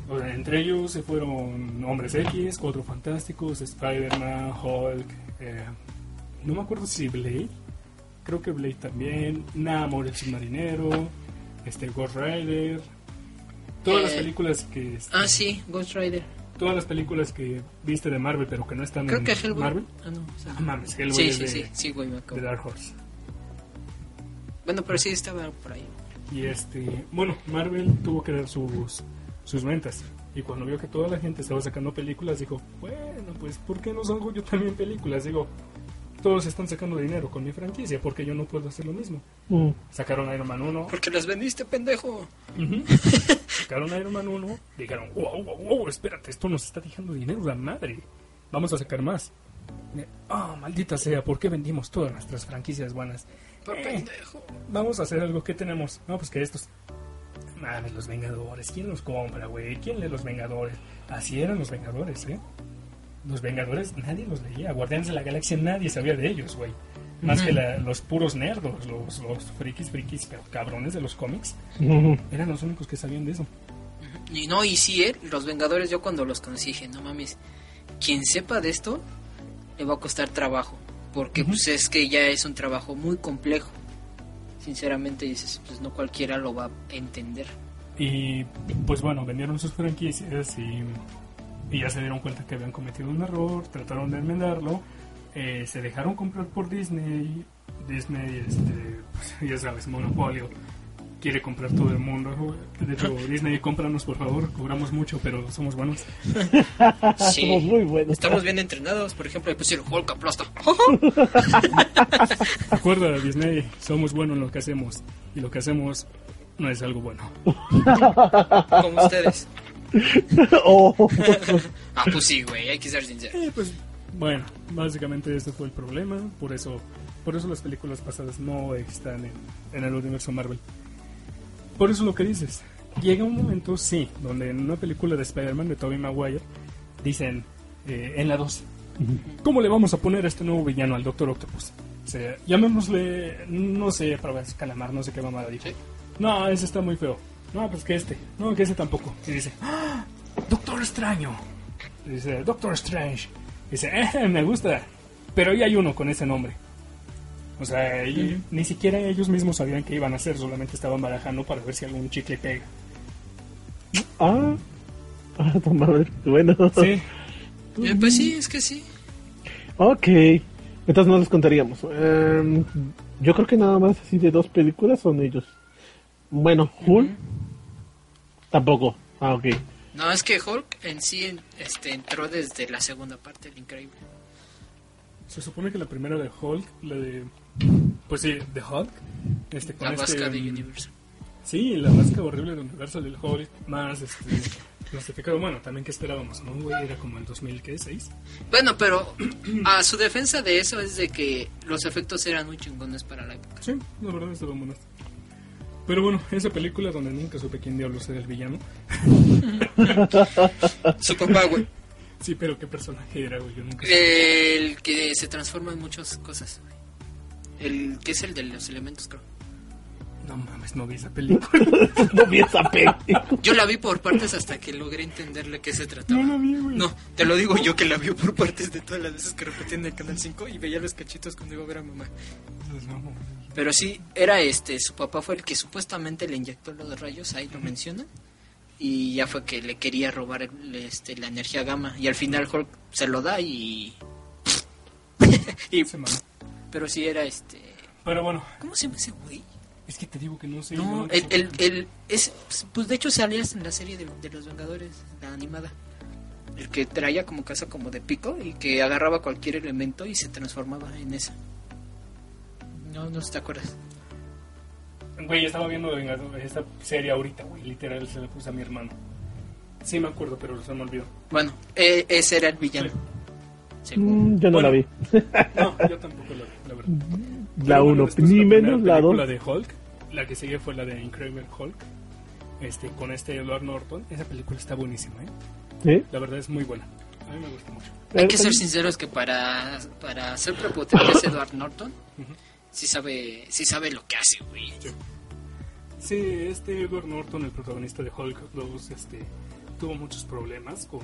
Speaker 1: O sea, entre ellos se fueron Hombres X, Cuatro Fantásticos, Spider-Man, Hulk, eh, no me acuerdo si Blade, creo que Blade también, Namor el submarinero, este Ghost Rider, todas las
Speaker 3: Eh,
Speaker 1: películas que
Speaker 3: Ah, sí, Ghost Rider.
Speaker 1: todas las películas que viste de Marvel pero que no están
Speaker 3: Creo
Speaker 1: en
Speaker 3: que Hellboy.
Speaker 1: Marvel,
Speaker 3: Ah, no, o sea,
Speaker 1: Ah, mames, Hellboy
Speaker 3: sí,
Speaker 1: es
Speaker 3: sí,
Speaker 1: de,
Speaker 3: sí, sí, güey, me acabo.
Speaker 1: de Dark Horse.
Speaker 3: Bueno, pero sí estaba por ahí.
Speaker 1: Y este, bueno, Marvel tuvo que dar sus, sus ventas. Y cuando vio que toda la gente estaba sacando películas, dijo, bueno, pues ¿por qué no saco yo también películas? Digo, todos están sacando dinero con mi franquicia, porque yo no puedo hacer lo mismo.
Speaker 2: Mm.
Speaker 1: Sacaron Iron Man 1,
Speaker 3: Porque las vendiste, pendejo.
Speaker 1: Ujú. Sacaron Iron Man 1, dijeron, wow, wow, wow, espérate, esto nos está dejando dinero, la madre. Vamos a sacar más. Eh, Ah, maldita sea, ¿por qué vendimos todas nuestras franquicias buenas?
Speaker 3: Por
Speaker 1: Eh,
Speaker 3: pendejo.
Speaker 1: vamos a hacer algo, ¿qué tenemos? No, pues que estos... Mames, los Vengadores, ¿quién los compra, güey? ¿Quién lee los Vengadores? Así eran los Vengadores, ¿eh? Los Vengadores nadie los leía, Guardianes de la Galaxia nadie sabía de ellos, güey. Más
Speaker 3: Ujú.
Speaker 1: que la- los puros nerdos, los, los frikis, frikis, pero cabrones de los cómics,
Speaker 2: Ujú.
Speaker 1: eran los únicos que sabían de eso.
Speaker 3: Y no, y sí, eh, los Vengadores yo cuando los conocí dije, no mames, quien sepa de esto le va a costar trabajo, porque pues es que ya es un trabajo muy complejo. Sinceramente dices, pues no cualquiera lo va a entender.
Speaker 1: Y pues bueno, vendieron sus franquicias y, y ya se dieron cuenta que habían cometido un error, trataron de enmendarlo, eh, se dejaron comprar por Disney, Disney, este, pues, ya sabes, monopolio, quiere comprar todo el mundo. De hecho, Disney, cómpranos por favor, cobramos mucho, pero somos buenos.
Speaker 3: Sí.
Speaker 2: Somos muy buenos.
Speaker 3: Estamos bien entrenados, por ejemplo, le pusieron Hulk aplasta. ¡oh!
Speaker 1: Recuerda, Disney, somos buenos en lo que hacemos y lo que hacemos no es algo bueno.
Speaker 3: Como ustedes.
Speaker 2: Oh.
Speaker 3: Ah, pues sí, güey, hay que ser sincero.
Speaker 1: Eh, pues bueno, básicamente ese fue el problema, por eso, por eso las películas pasadas no están en, en el universo Marvel. Por eso lo que dices, llega un momento, sí, donde en una película de Spider-Man de Tobey Maguire dicen eh, en la 2, ¿cómo le vamos a poner a este nuevo villano, al Doctor Octopus? O sea, llamémosle, no sé, Provence Calamar, no sé qué mamada dijo.
Speaker 3: Sí.
Speaker 1: No, ese está muy feo. No, pues que este. No, que ese tampoco. Y dice, ¡Ah! Doctor Extraño. Y dice, Doctor Strange. Y dice, "Eh, me gusta. Pero ahí hay uno con ese nombre. O sea, y ni siquiera ellos mismos sabían qué iban a hacer, solamente estaban barajando para ver si algún chicle pega.
Speaker 2: Ah, para tomar. Bueno.
Speaker 1: Sí,
Speaker 3: Eh, pues sí, es que sí.
Speaker 2: Ok. Entonces no los contaríamos. Em, yo creo que nada más así de dos películas son ellos. Bueno, Hulk. Tampoco. Ah, ok.
Speaker 3: No, es que Hulk en sí en- este, entró desde la segunda parte del Increíble.
Speaker 1: se supone que la primera de Hulk, la de. Pues sí, de Hulk. Este, con
Speaker 3: La
Speaker 1: este,
Speaker 3: vasca de
Speaker 1: mm,
Speaker 3: Universal.
Speaker 1: Sí, la vasca horrible de Universal del Hulk, más este. Clasificado, bueno, también que esperábamos, ¿no? güey? Era como el 2006.
Speaker 3: Bueno, pero a su defensa de eso es de que los efectos eran muy chingones para la época.
Speaker 1: Sí, la verdad estaban buenas. Pero bueno, esa película donde nunca supe quién diablos era el villano.
Speaker 3: Su papá, güey.
Speaker 1: Sí, pero qué personaje era, güey. Yo
Speaker 3: Eh.
Speaker 1: nunca supe.
Speaker 3: El que se transforma en muchas cosas. El que es el de los elementos, creo.
Speaker 1: No mames, no vi esa película.
Speaker 2: no vi esa película.
Speaker 3: Yo la vi por partes hasta que logré entenderle qué se trataba.
Speaker 1: No la vi, güey.
Speaker 3: No, te lo digo yo que la vi por partes de todas las veces que repetí en el Canal 5 y veía los cachitos cuando iba a ver a mamá.
Speaker 1: Entonces, no, güey.
Speaker 3: Pero sí, era este, su papá fue el que supuestamente le inyectó los rayos, ahí lo menciona. Y ya fue que le quería robar el- este, la energía gamma. Y al final Hulk se lo da y... y
Speaker 1: Se mamó.
Speaker 3: pero sí era este...
Speaker 1: Pero bueno,
Speaker 3: ¿Cómo se llama ese güey?
Speaker 1: es que te digo que no sé. yo
Speaker 3: No,
Speaker 1: nunca
Speaker 3: el,
Speaker 1: supe.
Speaker 3: el, el- es, pues de hecho salías en la serie de, de los Vengadores, la animada. El que traía como casa como de pico y que agarraba cualquier elemento y se transformaba en esa. No, no te acuerdas.
Speaker 1: Güey, estaba viendo Vengador- esta serie ahorita, güey. Literal, se la puse a mi hermano. Sí, me acuerdo, pero se me olvidó.
Speaker 3: Bueno, eh, ese era el villano. Según.
Speaker 2: Mm, Yo no
Speaker 1: Bueno.
Speaker 2: la vi.
Speaker 1: No, yo tampoco la vi, la verdad.
Speaker 2: La
Speaker 1: Pero bueno,
Speaker 2: 1,
Speaker 1: después
Speaker 2: ni
Speaker 1: la primera
Speaker 2: menos la 2.
Speaker 1: película de Hulk, la que sigue fue la de Incredible Hulk. Este, con este Edward Norton. Esa película está buenísima, ¿eh?
Speaker 2: ¿Sí?
Speaker 1: La verdad es muy buena. A mí me gusta mucho.
Speaker 2: Eh,
Speaker 3: Hay que ser sinceros que para, para ser prepotente es Edward Norton.
Speaker 1: Ujú.
Speaker 3: Sí sabe, sí sabe lo que hace, güey.
Speaker 1: Sí, este Edward Norton, el protagonista de Hulk 2, este, tuvo muchos problemas con,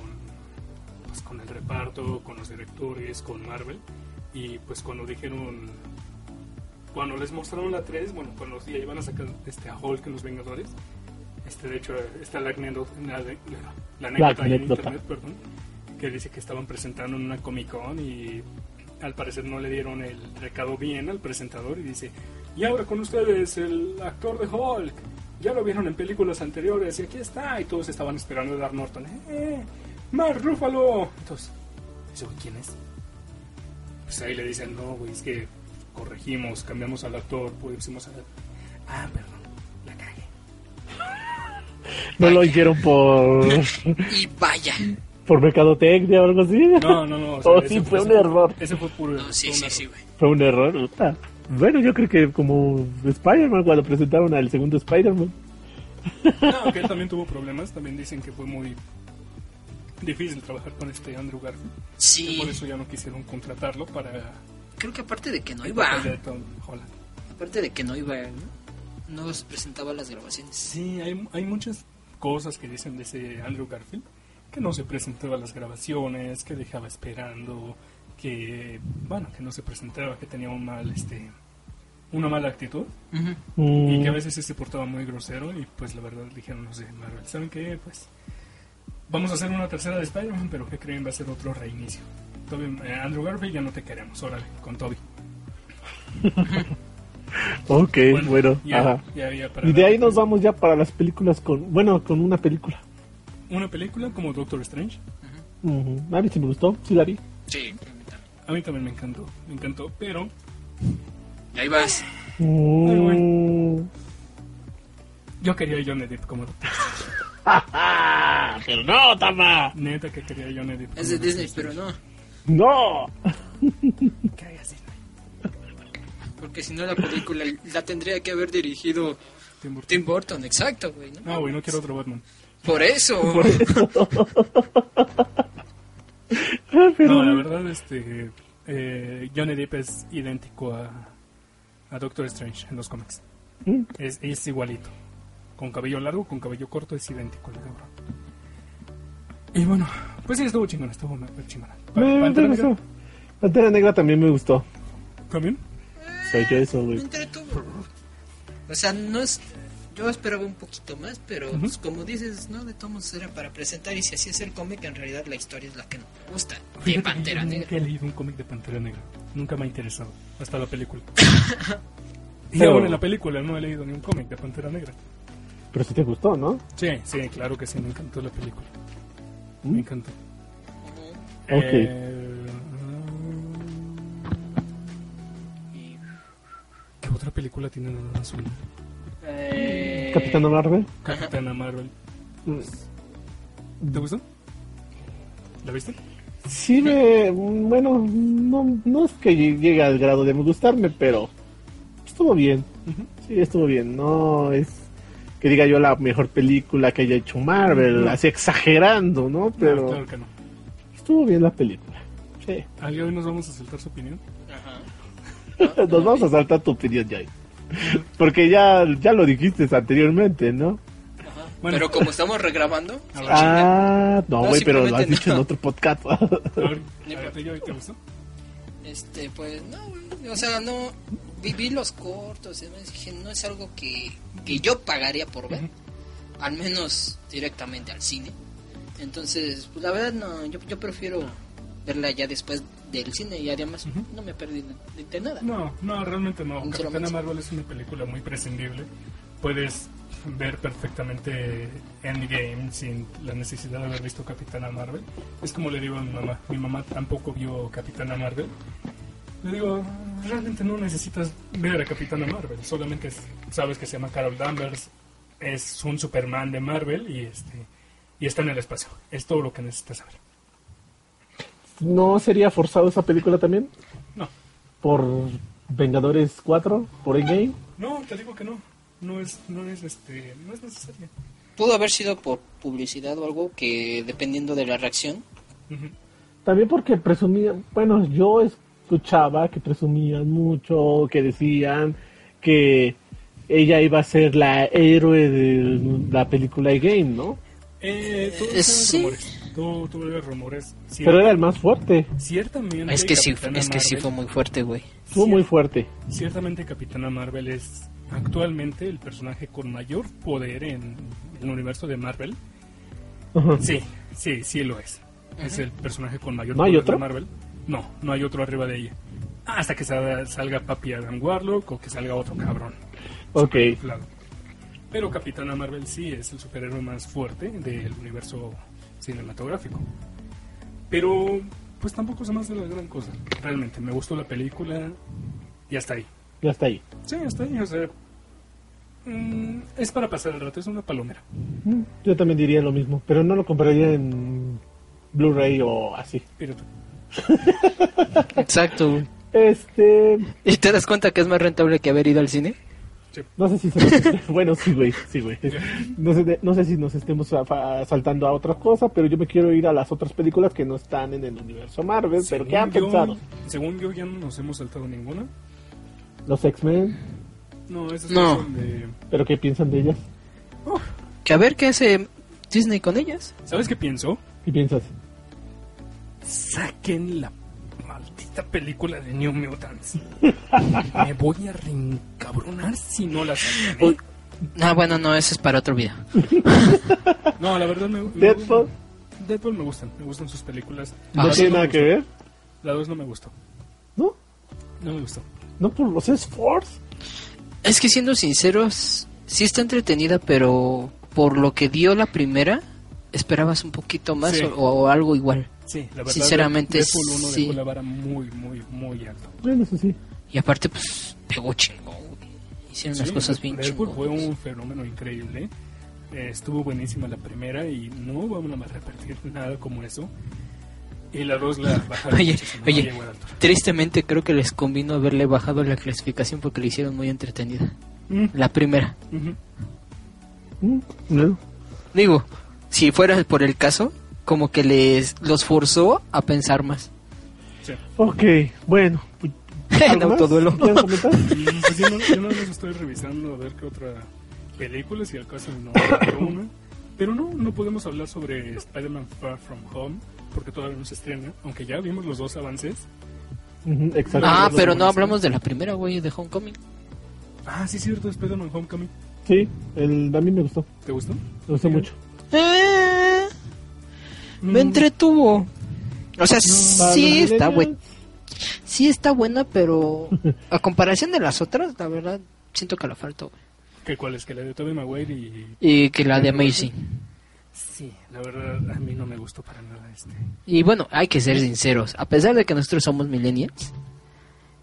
Speaker 1: pues, con el reparto, con los directores, con Marvel. Y pues cuando dijeron, cuando les mostraron la 3, bueno, cuando ya iban a sacar este, a Hulk en Los Vengadores, este, de hecho está la anécdota, la, de- la anécdota ahí en
Speaker 2: anécdota.
Speaker 1: internet, perdón, que dice que estaban presentando en una Comic Con y al parecer no le dieron el recado bien al presentador y dice, y ahora con ustedes el actor de Hulk. Ya lo vieron en películas anteriores y aquí está. Y todos estaban esperando a Edward Norton. ¡Eh! ¡Mark Ruffalo! Entonces, ese güey, ¿quién es? Pues ahí le dicen, no, güey, es que corregimos, cambiamos al actor, pusimos a... Ah, perdón, la cagué.
Speaker 2: No lo hicieron por,
Speaker 3: Y vaya.
Speaker 2: por mercadotecnia o algo así.
Speaker 1: No, no, no.
Speaker 2: Oh, sí, fue un error.
Speaker 1: Ese fue puro
Speaker 3: No,
Speaker 1: fue
Speaker 3: sí,
Speaker 1: un
Speaker 3: sí,
Speaker 1: error.
Speaker 3: sí, güey.
Speaker 2: Fue un error. puta. Bueno, yo creo que como Spider-Man, cuando presentaron al segundo Spider-Man.
Speaker 1: No, que él también tuvo problemas. También dicen que fue muy difícil trabajar con este Andrew Garfield. que
Speaker 3: Sí,
Speaker 1: Por eso ya no quisieron contratarlo para...
Speaker 3: creo que aparte de que no
Speaker 1: el
Speaker 3: iba,
Speaker 1: papel de Tom Holland.
Speaker 3: aparte de que no iba, no, no se presentaba a las grabaciones.
Speaker 1: Sí, hay, hay muchas cosas que dicen de ese Andrew Garfield, que no se presentaba a las grabaciones, que dejaba esperando, que, bueno, que no se presentaba, que tenía un mal, este, una mala actitud,
Speaker 3: Ujú.
Speaker 1: y
Speaker 2: Mm,
Speaker 1: que a veces sí se portaba muy grosero, y pues la verdad dijeron los de Marvel, ¿saben qué? Pues vamos a hacer una tercera de Spider-Man, pero ¿qué creen? Va a ser otro reinicio. Toby- eh, Andrew Garfield ya no te queremos, órale, con Toby.
Speaker 2: ok, bueno.
Speaker 1: ya,
Speaker 2: ajá.
Speaker 1: ya había para
Speaker 2: Y de
Speaker 1: la-
Speaker 2: ahí nos vamos ya para las películas con... Bueno, con una película.
Speaker 1: Una película como Doctor Strange,
Speaker 2: Ujú. A mí sí Mm, me gustó, sí la vi.
Speaker 3: Sí, a mí también.
Speaker 1: a mí también me encantó, me encantó, pero
Speaker 3: Y ahí vas.
Speaker 1: Ay,
Speaker 2: Mm.
Speaker 1: Yo quería a Johnny Depp como doctor.
Speaker 2: ¡Ah! ¡Pero no, Tama!
Speaker 1: Neta que quería a Johnny Depp. como
Speaker 3: Es de
Speaker 1: doctor.
Speaker 3: Disney, pero no,
Speaker 2: ¡No!
Speaker 1: Cállate,
Speaker 3: porque si no la película la tendría que haber dirigido
Speaker 1: Tim Burton.
Speaker 3: Tim Burton, exacto, güey. ¿no?
Speaker 1: No, güey, no quiero otro Batman.
Speaker 3: Por eso.
Speaker 1: No, la verdad, este. eh, Johnny Depp es idéntico a, a Doctor Strange en los cómics.
Speaker 2: Mm.
Speaker 1: Es, es igualito. Con cabello largo, con cabello corto, es idéntico el cabrón. Y bueno, pues sí, estuvo chingona, estuvo una- chingona. Pa-
Speaker 2: Me, me
Speaker 1: Pantera
Speaker 2: gustó.
Speaker 1: Negra,
Speaker 2: Pantera Negra también me gustó.
Speaker 1: ¿También?
Speaker 2: Soy yo eso,
Speaker 3: Me
Speaker 2: güey.
Speaker 3: entretuvo. O sea, no es. Yo esperaba un poquito más, pero pues, como dices, ¿no? De tomos era para presentar y si así es el cómic, en realidad la historia es la que nos gusta. De
Speaker 1: Fíjate que
Speaker 3: Pantera
Speaker 1: yo
Speaker 3: Negra.
Speaker 1: Nunca he leído un cómic de Pantera Negra. Nunca me ha interesado. Hasta la película. y
Speaker 2: Pero-
Speaker 1: aún en la película no he leído ni un cómic de Pantera Negra.
Speaker 2: Pero si te gustó, ¿no?
Speaker 1: Sí, sí, claro que sí. Me encantó la película.
Speaker 2: Mm.
Speaker 1: Me encantó.
Speaker 3: Ujú.
Speaker 2: Ok.
Speaker 1: Eh,
Speaker 3: Y,
Speaker 1: ¿Qué otra película tiene nada más una?
Speaker 3: eh,
Speaker 2: Capitana Marvel.
Speaker 1: Capitana Marvel.
Speaker 2: Mm.
Speaker 1: pues, ¿Te gustó? ¿La viste? Ah,
Speaker 2: Sí, me, bueno, no, no es que llegue al grado de gustarme, pero estuvo bien.
Speaker 1: Ujú.
Speaker 2: Sí, estuvo bien. No es que diga yo la mejor película que haya hecho Marvel,
Speaker 1: No.
Speaker 2: así exagerando, ¿no? Pero
Speaker 1: No, claro que no.
Speaker 2: estuvo bien la película. Sí.
Speaker 1: ¿Alguien hoy nos vamos a saltar su opinión?
Speaker 3: Ajá.
Speaker 2: Nos vamos a saltar tu opinión, Jay. Porque ya, ya lo dijiste anteriormente, ¿no?
Speaker 3: Ajá.
Speaker 1: Bueno.
Speaker 3: Pero como estamos regrabando,
Speaker 1: A ver.
Speaker 2: Ah, no,
Speaker 3: No,
Speaker 2: güey, pero lo has
Speaker 3: simplemente
Speaker 2: dicho en
Speaker 3: no.
Speaker 2: otro podcast.
Speaker 1: A ver,
Speaker 3: Ni
Speaker 1: a ver,
Speaker 3: por-
Speaker 1: Tello, ¿te gustó?
Speaker 3: este, pues no, güey. o sea, no viví los cortos, y demás, dije, no es algo que, que yo pagaría por ver, al menos directamente al cine. Entonces, pues, la verdad no, yo, yo prefiero verla ya después del cine y además
Speaker 1: Ujú.
Speaker 3: no me perdí de, de nada.
Speaker 1: No, no, realmente no.
Speaker 3: Un solo
Speaker 1: Capitana
Speaker 3: mensaje.
Speaker 1: Marvel es una película muy prescindible. Puedes ver perfectamente Endgame sin la necesidad de haber visto Capitana Marvel. Es como le digo a mi mamá. Mi mamá tampoco vio Capitana Marvel. Le digo, realmente no necesitas ver a Capitana Marvel. Solamente es- sabes que se llama Carol Danvers. Es un Superman de Marvel y este y está en el espacio. Es todo lo que necesitas saber.
Speaker 2: ¿No sería forzado esa película también?
Speaker 1: No,
Speaker 2: por Vengadores 4, por Endgame.
Speaker 1: no, te digo que no. No es, no es, este, no es necesaria.
Speaker 3: Pudo haber sido por publicidad o algo que dependiendo de la reacción.
Speaker 1: Ujú.
Speaker 2: También porque presumía, bueno, yo escuchaba que presumían mucho, que decían que ella iba a ser la héroe de la película Endgame, ¿no?
Speaker 1: Eh, todos
Speaker 3: Eh,
Speaker 1: eran
Speaker 3: sí.
Speaker 1: rumores. Todo, todo eran rumores. Cier-
Speaker 2: Pero era el más fuerte,
Speaker 1: Ciertamente.
Speaker 3: Es que sí,
Speaker 1: Capitana
Speaker 3: es que sí
Speaker 1: Marvel-
Speaker 3: fue muy fuerte, güey.
Speaker 2: estuvo muy fuerte.
Speaker 1: Ciertamente Capitana Marvel es actualmente el personaje con mayor poder en el universo de Marvel.
Speaker 2: Ajá.
Speaker 1: Sí, sí, sí lo es. Es el personaje con mayor
Speaker 2: ¿No hay
Speaker 1: poder
Speaker 2: otro?
Speaker 1: de Marvel. No, no hay otro arriba de ella. Hasta que salga, salga Papi Adam Warlock o que salga otro cabrón.
Speaker 2: Ok,
Speaker 1: Claro. Pero Capitana Marvel sí es el superhéroe más fuerte del universo cinematográfico. Pero pues tampoco se me hace la gran cosa. Realmente, me gustó la película y hasta ahí.
Speaker 2: ya está ahí.
Speaker 1: Sí, hasta ahí, o sea... mm, es para pasar el rato, es una palomera.
Speaker 2: Mm, Yo también diría lo mismo, pero no lo compraría en Blu-ray o así.
Speaker 1: Pero tú-
Speaker 3: Exacto,
Speaker 2: Este,
Speaker 3: ¿Y te das cuenta que es más rentable que haber ido al cine?
Speaker 2: No sé si se- bueno, sí, güey, sí, güey. No sé, de- no sé si nos estemos a- fa- saltando a otra cosa, pero yo me quiero ir a las otras películas que no están en el universo Marvel, pero
Speaker 1: según
Speaker 2: que han
Speaker 1: yo-
Speaker 2: pensado.
Speaker 1: Según yo ya no nos hemos saltado ninguna.
Speaker 2: Los X-Men,
Speaker 1: No, esas
Speaker 3: No.
Speaker 1: son de...
Speaker 2: pero ¿qué piensan de ellas?
Speaker 3: Que a ver qué hace Disney con ellas.
Speaker 1: ¿Sabes qué pienso?
Speaker 2: ¿Qué piensas?
Speaker 1: Saquen la maldita película de New Mutants. Me voy a reencabronar si no la sacan. ¿eh?
Speaker 3: Uy. Ah, bueno, no, eso es para otro video.
Speaker 1: No, la verdad me, me
Speaker 2: Deadpool.
Speaker 1: Deadpool me gustan, me gustan sus películas.
Speaker 3: Ah,
Speaker 2: ¿No
Speaker 1: La
Speaker 3: sí.
Speaker 2: tiene
Speaker 1: dos
Speaker 2: nada
Speaker 1: me
Speaker 2: que
Speaker 1: gustó,
Speaker 2: ver?
Speaker 1: La 2 no me gustó.
Speaker 2: ¿No?
Speaker 1: No me gustó.
Speaker 2: ¿No por los X-Force?
Speaker 3: Es que siendo sinceros, sí está entretenida, pero por lo que dio la primera, esperabas un poquito más
Speaker 1: Sí.
Speaker 3: o, o algo igual.
Speaker 1: Sí, la verdad.
Speaker 3: Sinceramente,
Speaker 1: Deadpool 1
Speaker 3: sí.
Speaker 1: dejó la vara muy, muy, muy alto.
Speaker 2: Bueno, eso sí.
Speaker 3: Y aparte, pues, pegó chingón. güey. Hicieron las
Speaker 1: Sí,
Speaker 3: cosas bien
Speaker 1: Deadpool
Speaker 3: chingonas.
Speaker 1: fue un fenómeno increíble. Eh, estuvo buenísima la primera y no vamos a repetir nada como eso. Y la 2 la bajaron.
Speaker 3: Oye,
Speaker 1: muchísimo, no
Speaker 3: oye.
Speaker 1: llegó a la altura.
Speaker 3: Tristemente creo que les convino haberle bajado la clasificación porque le hicieron muy entretenida.
Speaker 1: Mm,
Speaker 3: La primera.
Speaker 1: ujú.
Speaker 2: Mm, bueno.
Speaker 3: Digo, si fuera por el caso, como que les los forzó a pensar más.
Speaker 1: Sí.
Speaker 2: Ok, bueno. pues,
Speaker 3: en
Speaker 2: ¿algo más?
Speaker 3: autoduelo.
Speaker 2: ¿Quieres comentar?
Speaker 1: Mm, Pues yo no, yo no los estoy revisando a ver qué otra película, si al caso no veo una. Pero no, no podemos hablar sobre Spider-Man Far From Home, porque todavía no se estrena, aunque ya vimos los dos avances.
Speaker 2: Ujú, exacto.
Speaker 3: Ah, pero no hablamos de la primera, güey, de Homecoming.
Speaker 1: Ah, sí, cierto, Spider-Man Homecoming.
Speaker 2: Sí, el, a mí me gustó.
Speaker 1: ¿Te gustó?
Speaker 2: Me gustó
Speaker 1: Sí.
Speaker 2: mucho.
Speaker 3: Eh, me
Speaker 1: Mm,
Speaker 3: entretuvo. O sea, sí
Speaker 2: Para
Speaker 3: está,
Speaker 2: los
Speaker 3: buen- sí está buena, pero a comparación de las otras, la verdad, siento que la faltó. güey.
Speaker 1: ¿Qué cuál es? Que la de Tobey Maguire y...
Speaker 3: Y que la de Amazing.
Speaker 1: Sí, la verdad, a mí no me gustó para nada este.
Speaker 3: Y bueno, hay que ser sinceros. A pesar de que nosotros somos millennials,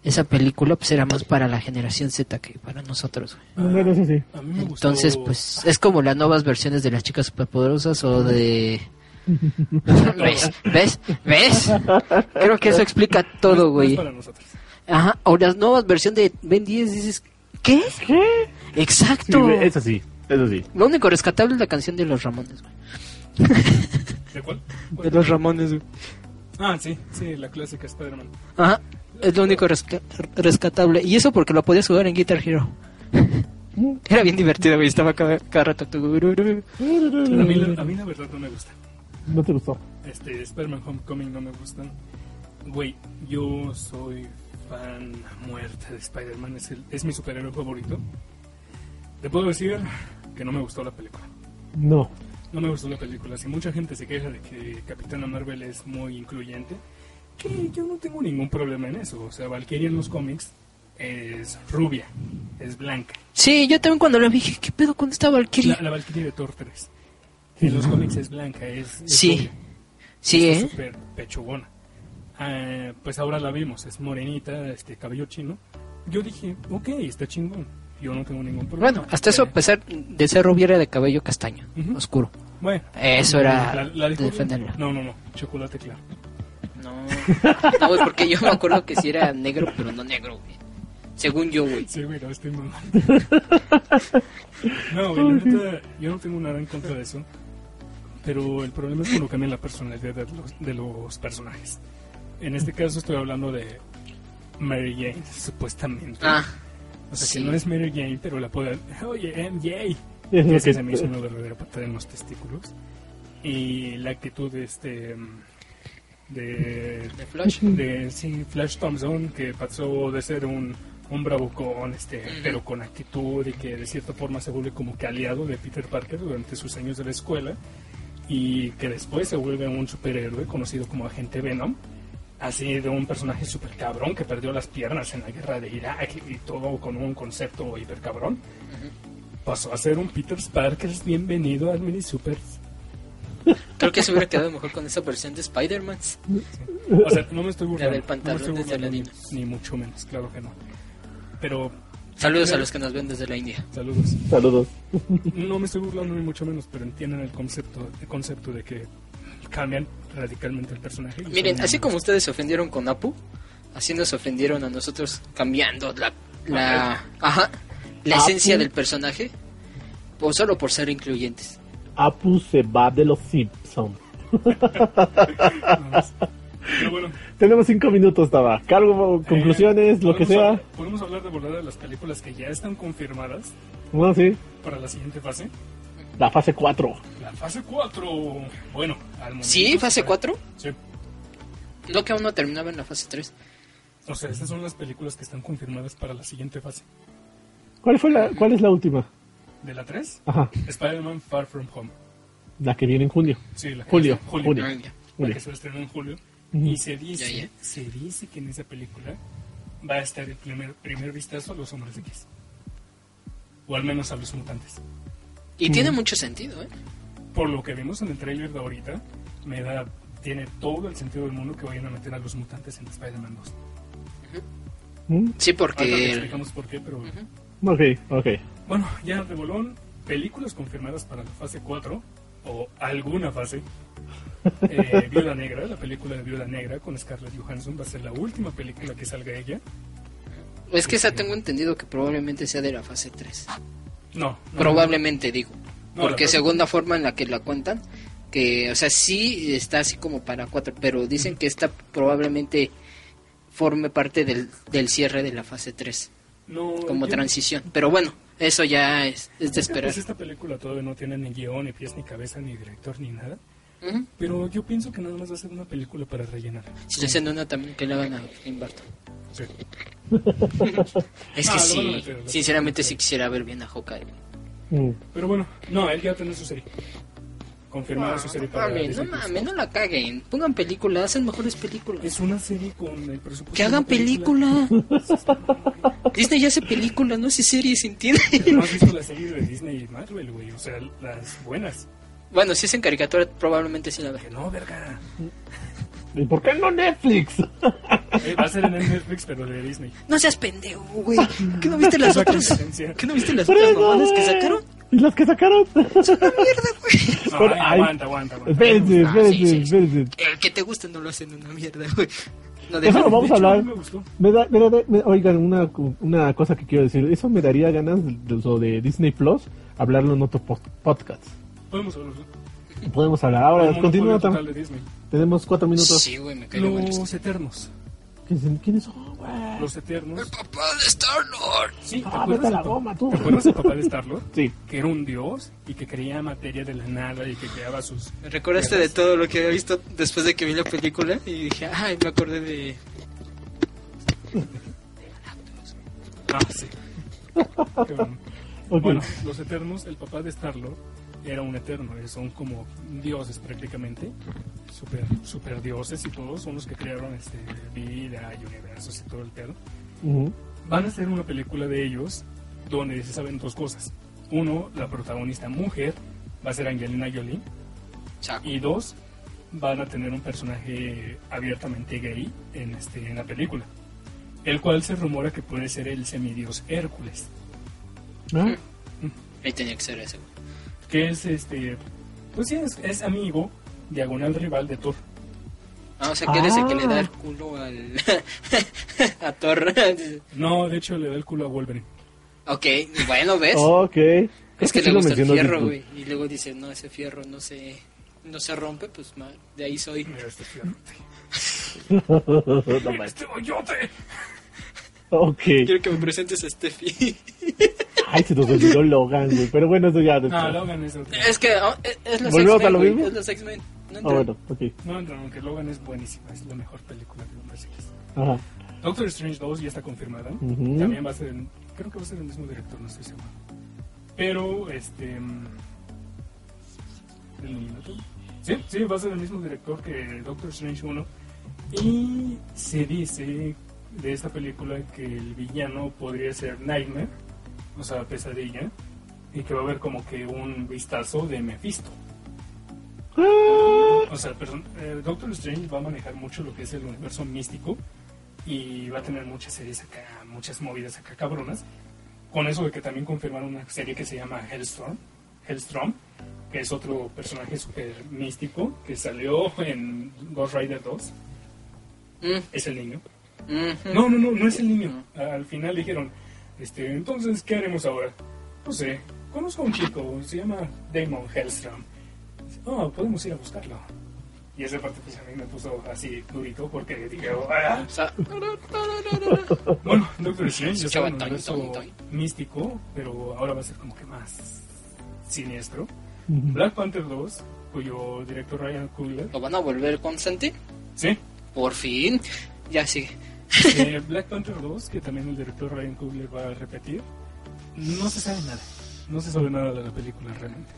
Speaker 3: esa película pues, era más para la generación Z que para nosotros, güey.
Speaker 2: Bueno, eso sí.
Speaker 1: A mí me gustó...
Speaker 3: Entonces, pues es como las nuevas versiones de las chicas superpoderosas o de... ¿Ves? ¿Ves? ¿Ves? Creo que eso explica
Speaker 1: No es-
Speaker 3: todo,
Speaker 1: no es
Speaker 3: güey.
Speaker 1: para nosotros.
Speaker 3: Ajá, o las nuevas versiones de Ben 10 dices, ¿qué?
Speaker 2: ¿Qué?
Speaker 3: Exacto.
Speaker 2: eso sí, eso sí.
Speaker 3: Lo único rescatable es la canción de los Ramones, güey.
Speaker 1: ¿De cuál?
Speaker 3: De los Ramones, güey.
Speaker 1: Ah, sí, sí, la clásica Spider-Man.
Speaker 3: Ajá, es lo único resca- rescatable. Y eso porque lo podías jugar en Guitar Hero. Era bien divertido, güey. Estaba cada, cada rato. turururu.
Speaker 1: A mí, la, a mí la verdad no me gusta.
Speaker 2: No te gustó.
Speaker 1: Este, Spider-Man Homecoming no me gustan. Güey, yo soy fan a muerte de Spider-Man, es, el- es mi superhéroe favorito. Te puedo decir que no me gustó la película.
Speaker 2: No.
Speaker 1: No me gustó la película. Si mucha gente se queja de que Capitana Marvel es muy incluyente, que yo no tengo ningún problema en eso. O sea, Valkyria en los cómics es rubia, es blanca.
Speaker 3: Sí, yo también cuando la vi dije, ¿qué pedo con esta
Speaker 1: La,
Speaker 3: Valkyria?
Speaker 1: la Valkyria de Thor 3. En los cómics es blanca, es, es
Speaker 3: Sí,
Speaker 1: rubia.
Speaker 3: sí,
Speaker 1: Es
Speaker 3: ¿eh?
Speaker 1: súper pechugona. Ah, pues ahora la vimos, es morenita, este cabello chino. Yo dije, ok, está chingón. Yo no tengo ningún problema.
Speaker 3: Bueno, hasta eso, pues, a
Speaker 1: Eh,
Speaker 3: pesar de ser rubia, era de cabello castaño,
Speaker 1: Ujú.
Speaker 3: oscuro.
Speaker 1: Bueno.
Speaker 3: Eso era
Speaker 1: La, la dijo bien.
Speaker 3: defenderlo.
Speaker 1: No, no, no, chocolate claro.
Speaker 3: No, no, güey, porque yo me acuerdo que sí era negro, pero no negro, güey. Según yo, güey.
Speaker 1: Sí, güey, no, estoy mamando. no, güey, la neta, yo no tengo nada en contra de eso. Pero el problema es cuando cambian la personalidad de los, de los personajes. En este caso estoy hablando de Mary Jane, supuestamente.
Speaker 3: Ah,
Speaker 1: O sea,
Speaker 3: Sí.
Speaker 1: que no es Mary Jane, pero la puede... Oye, MJ.
Speaker 2: Es lo
Speaker 1: Ese
Speaker 2: que
Speaker 1: se me hizo una verdadera patada en los testículos. Y la actitud de este... mm, De...
Speaker 3: de Flash.
Speaker 1: de sí, Flash Thompson, que pasó de ser un, un bravucón, este, pero con actitud y que de cierta forma se vuelve como que aliado de Peter Parker durante sus años de la escuela. Y que después se vuelve un superhéroe conocido como Agente Venom. Así de un personaje super cabrón que perdió las piernas en la guerra de Irak y todo con un concepto hiper cabrón pasó a ser un Peter Parker. Bienvenido al Mini Super.
Speaker 3: Creo que se hubiera quedado mejor con esa versión de Spider-Man.
Speaker 1: O sea, no me estoy burlando.
Speaker 3: La del pantalón
Speaker 1: no me estoy
Speaker 3: de
Speaker 1: burlando, ni,
Speaker 3: Saladino.
Speaker 1: ni mucho menos, claro que no. Pero,
Speaker 3: Saludos a los que nos ven desde la India.
Speaker 1: saludos.
Speaker 2: Saludos.
Speaker 1: No me estoy burlando ni mucho menos, pero entienden el concepto, el concepto de que cambian radicalmente el personaje. y
Speaker 3: Miren,
Speaker 1: son-
Speaker 3: así como ustedes se ofendieron con Apu, así nos ofendieron a nosotros cambiando la, la, ajá, la
Speaker 2: Apu.
Speaker 3: esencia del personaje, o solo por ser incluyentes.
Speaker 2: Apu se va de los Simpsons.
Speaker 1: Pero bueno,
Speaker 2: Tenemos cinco minutos, Taba. Cargo, conclusiones,
Speaker 1: eh,
Speaker 2: lo que
Speaker 1: podemos
Speaker 2: sea.
Speaker 1: hab- Podemos hablar de volada de las películas que ya están confirmadas
Speaker 2: No, sí.
Speaker 1: para la siguiente fase.
Speaker 2: La fase 4.
Speaker 1: La fase 4. Bueno, al momento.
Speaker 3: Sí, fase 4,
Speaker 1: Sí.
Speaker 3: lo que aún no terminaba en la fase 3.
Speaker 1: O sea, estas son las películas que están confirmadas para la siguiente fase.
Speaker 2: ¿Cuál, fue la, ¿Cuál es la última?
Speaker 1: De la 3,
Speaker 2: Ajá.
Speaker 1: Spider-Man Far From Home.
Speaker 2: La que viene en junio.
Speaker 1: Sí, la que
Speaker 2: Julio,
Speaker 1: se-
Speaker 2: junio.
Speaker 1: la
Speaker 2: Julio.
Speaker 1: que se estrenó en julio.
Speaker 2: Ujú.
Speaker 1: Y se dice,
Speaker 3: Ya, ya.
Speaker 1: se dice que en esa película va a estar el primer, primer vistazo a los hombres X. O al menos a los mutantes.
Speaker 3: Y tiene mucho sentido, ¿eh?
Speaker 1: Por lo que vimos en el tráiler de ahorita, me da, tiene todo el sentido del mundo que vayan a meter a los mutantes en Spider-Man 2.
Speaker 2: Mm,
Speaker 1: Ahorita
Speaker 3: Sí,
Speaker 1: te
Speaker 3: porque...
Speaker 1: explicamos por qué, pero...
Speaker 2: Ok, ok.
Speaker 1: Bueno, ya de bolón, películas confirmadas para la fase 4 o alguna fase. Eh, Viuda Negra, la película de Viuda Negra con Scarlett Johansson va a ser la última película que salga ella.
Speaker 3: Es que esa tengo entendido que probablemente sea de la fase 3.
Speaker 1: No, no,
Speaker 3: Probablemente digo.
Speaker 1: No,
Speaker 3: Porque
Speaker 1: la-
Speaker 3: según la forma en la que la cuentan, que, o sea, sí está así como para cuatro, pero dicen que esta probablemente forme parte del, del cierre de la fase 3,
Speaker 1: no,
Speaker 3: como
Speaker 1: Oh, yo-
Speaker 3: transición. Pero bueno, eso ya es, es de
Speaker 1: Pues
Speaker 3: esperar.
Speaker 1: esta película todavía no tiene ni guión, ni pies, ni cabeza, ni director, ni nada.
Speaker 3: Ujú.
Speaker 1: Pero yo pienso que nada más va a ser una película para rellenar.
Speaker 3: Si le hacen una también que la hagan a Tim Burton.
Speaker 1: Sí.
Speaker 3: Es
Speaker 1: Ah,
Speaker 3: que
Speaker 1: lo van a
Speaker 3: sí,
Speaker 1: meter, lo van a
Speaker 3: sinceramente
Speaker 1: meter. Ah,
Speaker 3: sí quisiera ver bien a Hawkeye.
Speaker 2: Mm.
Speaker 1: Pero bueno, no, él ya tiene su serie. Confirmada
Speaker 3: Ah,
Speaker 1: su serie
Speaker 3: no
Speaker 1: para
Speaker 3: mames, no
Speaker 1: Disney Plus.
Speaker 3: mames, no la caguen. Pongan películas, hacen mejores películas.
Speaker 1: Es una serie con el presupuesto.
Speaker 3: Que
Speaker 1: de
Speaker 3: hagan
Speaker 1: una película.
Speaker 3: película. Disney ya hace películas, no hace series, ¿entiendes?
Speaker 1: ¿No has visto las series de Disney y Marvel, güey? O sea, las buenas.
Speaker 3: Bueno, si es en caricatura, probablemente sí la
Speaker 1: Que
Speaker 3: vean.
Speaker 1: no, verga.
Speaker 2: ¿Y por qué no Netflix?
Speaker 1: Eh, Va a ser en el Netflix, pero de Disney.
Speaker 3: No seas pendejo, güey. ¿Qué no viste las
Speaker 1: La
Speaker 3: otras?
Speaker 1: competencia.
Speaker 3: ¿Qué no viste las otras mamadas que sacaron?
Speaker 2: ¿Y las que sacaron?
Speaker 1: No,
Speaker 2: Pero
Speaker 1: ay,
Speaker 2: hay-
Speaker 1: aguanta, aguanta, aguanta.
Speaker 2: Espérense,
Speaker 3: Ah, sí,
Speaker 2: espérense,
Speaker 3: sí, sí.
Speaker 2: espérense.
Speaker 3: El que te gusta no lo hacen una mierda, güey. No
Speaker 2: Eso lo
Speaker 1: De
Speaker 3: dejan.
Speaker 2: vamos a
Speaker 1: hecho,
Speaker 2: hablar.
Speaker 1: mí me gustó.
Speaker 2: Me da, me da- me- oigan, una, una cosa que quiero decir. Eso me daría ganas de, lo de Disney Plus hablarlo en otro po- podcast.
Speaker 1: Podemos hablarlo.
Speaker 2: Podemos hablar. Ahora,
Speaker 1: El
Speaker 2: continúa.
Speaker 1: monopolio
Speaker 2: Tam.
Speaker 1: total de Disney.
Speaker 2: Tenemos cuatro minutos.
Speaker 3: Sí, güey, me cae la madre.
Speaker 1: Los Eternos.
Speaker 2: ¿Quién- ¿Quiénes son, güey?
Speaker 1: Los Eternos.
Speaker 3: Papá de Star-Lord.
Speaker 1: Sí, ¿te
Speaker 2: Ah,
Speaker 1: acuerdas
Speaker 2: vete a
Speaker 1: de
Speaker 2: la
Speaker 1: tu-
Speaker 2: goma, tú.
Speaker 1: ¿Te acuerdas del papá de Starlord?
Speaker 2: Sí.
Speaker 1: Que era un dios y que creía materia de la nada y que creaba sus...
Speaker 3: Me recordaste de todo lo que había visto después de que vi la película y dije, ay, me acordé de...
Speaker 1: Ah, sí. Qué bueno.
Speaker 2: Ok.
Speaker 1: Bueno, los Eternos, el papá de Starlord era un eterno, eh, son como dioses prácticamente, super, super dioses y todos son los que crearon este, vida y universos y todo el pedo.
Speaker 2: Ujú.
Speaker 1: Van a hacer una película de ellos donde se saben dos cosas. Uno, la protagonista mujer va a ser Angelina Jolie
Speaker 3: Chaco.
Speaker 1: y dos, van a tener un personaje abiertamente gay en, este, en la película, el cual se rumora que puede ser el semidios Hércules.
Speaker 2: Ah,
Speaker 3: Ahí tenía que ser ese, güey.
Speaker 1: que es este pues sí es, es amigo diagonal rival de Thor
Speaker 3: Ah, o sea, que eres el que le da
Speaker 2: Ah.
Speaker 3: el culo al... a Thor.
Speaker 1: no de hecho le da el culo a Wolverine
Speaker 3: ok, bueno, ¿ves?
Speaker 2: Ah, Ok. Creo
Speaker 3: es que
Speaker 2: Oh, sí
Speaker 3: le
Speaker 2: lo
Speaker 3: gusta el
Speaker 2: mencionó
Speaker 3: fierro,
Speaker 2: YouTube.
Speaker 3: güey. Y luego dice, no, ese fierro no se, no se rompe, pues ma- de ahí soy.
Speaker 1: mira este fierrote
Speaker 2: No
Speaker 1: mira
Speaker 2: manches.
Speaker 1: este hoyote
Speaker 2: ok.
Speaker 3: Quiero que me presentes a Steffi.
Speaker 2: Ay, se nos olvidó Logan, güey. Pero bueno, eso ya después.
Speaker 1: no Ah, Logan es otro
Speaker 3: es que oh, es, es los
Speaker 2: ¿Volvemos a
Speaker 3: X-Men,
Speaker 2: lo
Speaker 3: güey,
Speaker 2: mismo?
Speaker 3: es los X-Men. No
Speaker 2: Ah,
Speaker 3: entra.
Speaker 2: bueno, ok.
Speaker 1: no no aunque Logan es buenísima es la mejor película de Hombres X
Speaker 2: Ajá.
Speaker 1: Doctor Strange 2 ya está confirmada
Speaker 2: Ujú.
Speaker 1: también va a ser el- creo que va a ser el mismo director no estoy seguro pero este mm, ¿el Illuminati? sí sí va a ser el mismo director que Doctor Strange 1 y se dice de esta película que el villano podría ser Nightmare o sea pesadilla y que va a haber como que un vistazo de Mephisto o sea, perdón, eh, Doctor Strange va a manejar mucho lo que es el universo místico y va a tener muchas series acá, muchas movidas acá cabronas. Con eso de que también confirmaron una serie que se llama Hellstrom, Hellstrom que es otro personaje súper místico que salió en Ghost Rider 2.
Speaker 3: Mm,
Speaker 1: Es el niño.
Speaker 3: mm,
Speaker 1: No, no, no, no es el niño. Al final dijeron, este, entonces, ¿qué haremos ahora? No sé, conozco a un chico, se llama Damon Hellstrom. Dice, Oh, podemos ir a buscarlo. Y esa parte pues a mí me puso así durito porque dije, "Ah".
Speaker 3: O sea,
Speaker 1: bueno, Doctor Strange ya estaba en un
Speaker 3: Escuchaba toin,
Speaker 1: universo
Speaker 3: toin,
Speaker 1: místico, pero ahora va a ser como que más siniestro.
Speaker 2: Ujú.
Speaker 1: Black Panther 2, cuyo director Ryan Coogler,
Speaker 3: ¿Lo van a volver Constantine?
Speaker 1: sí,
Speaker 3: Por fin. Ya sigue.
Speaker 1: Eh, Black Panther 2, que también el director Ryan Coogler va a repetir, no se sabe nada. No se sabe nada de la película realmente.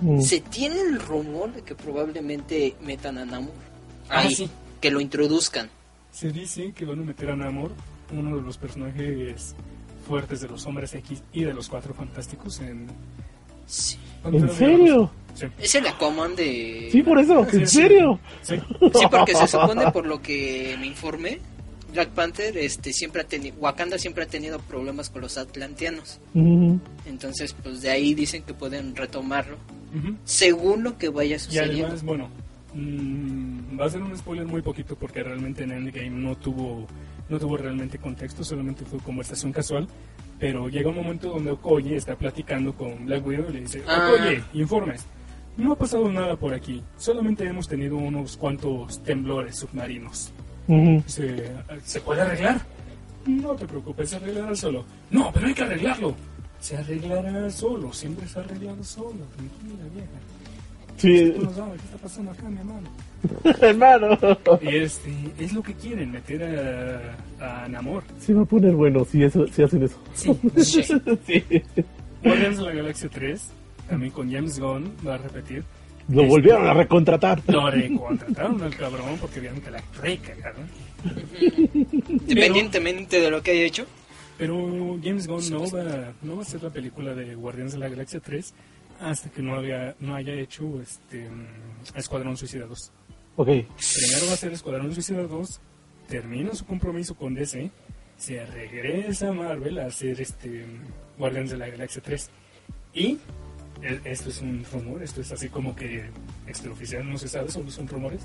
Speaker 2: Mm.
Speaker 3: Se tiene el rumor de que probablemente metan a Namor. Ahí,
Speaker 1: Ah, sí.
Speaker 3: que lo introduzcan.
Speaker 1: Se dice que van a meter a Namor, uno de los personajes fuertes de los Hombres X y de los Cuatro Fantásticos en...
Speaker 3: Sí.
Speaker 2: ¿En serio?
Speaker 1: Sí.
Speaker 3: Es el Aquaman de...
Speaker 2: Sí, por eso.
Speaker 1: Sí,
Speaker 2: ¿En
Speaker 1: sí.
Speaker 2: serio?
Speaker 1: Sí.
Speaker 3: Sí, porque se supone, por lo que me informé, Black Panther este, siempre ha tenido... Wakanda siempre ha tenido problemas con los atlanteanos.
Speaker 2: Ujú.
Speaker 3: Entonces, pues de ahí dicen que pueden retomarlo.
Speaker 1: Ujú.
Speaker 3: Según lo que vaya
Speaker 1: Y
Speaker 3: sucediendo.
Speaker 1: además, bueno, mm, va a ser un spoiler muy poquito porque realmente en Endgame no tuvo, no tuvo realmente contexto, solamente fue conversación casual. Pero llega un momento donde Okoye está platicando con Black Widow y le dice,
Speaker 3: Ah.
Speaker 1: Okoye, informes. No ha pasado nada por aquí, solamente hemos tenido unos cuantos temblores submarinos.
Speaker 2: Ujú.
Speaker 1: ¿Se, ¿se puede arreglar? No te preocupes, se arreglará solo. No, pero hay que arreglarlo. Se arreglará solo, siempre se arreglará solo, tranquila vieja.
Speaker 2: Sí,
Speaker 1: Pues Nos vamos, ¿qué está pasando acá, mi hermano?
Speaker 2: hermano.
Speaker 1: Y este, es lo que quieren, meter a, a Namor.
Speaker 2: Se va a poner bueno si, eso, si hacen eso.
Speaker 3: Sí,
Speaker 2: Sí.
Speaker 3: sí.
Speaker 1: Guardians de la Galaxia 3, también con James Gunn, va a repetir.
Speaker 2: Lo volvieron a recontratar.
Speaker 1: Lo recontrataron al cabrón porque vieron que la recagaron.
Speaker 3: Independientemente de lo que haya hecho.
Speaker 1: Pero James Gunn no va, no va a hacer la película de Guardianes de la Galaxia 3 hasta que no, haya no haya hecho este, mm, Escuadrón Suicida 2.
Speaker 2: Ok.
Speaker 1: Primero va a hacer Escuadrón Suicida 2, termina su compromiso con DC, se regresa a Marvel a hacer este, mm, Guardianes de la Galaxia 3. Y e- esto es un rumor, esto es así como que extraoficial, no se sabe, solo son rumores.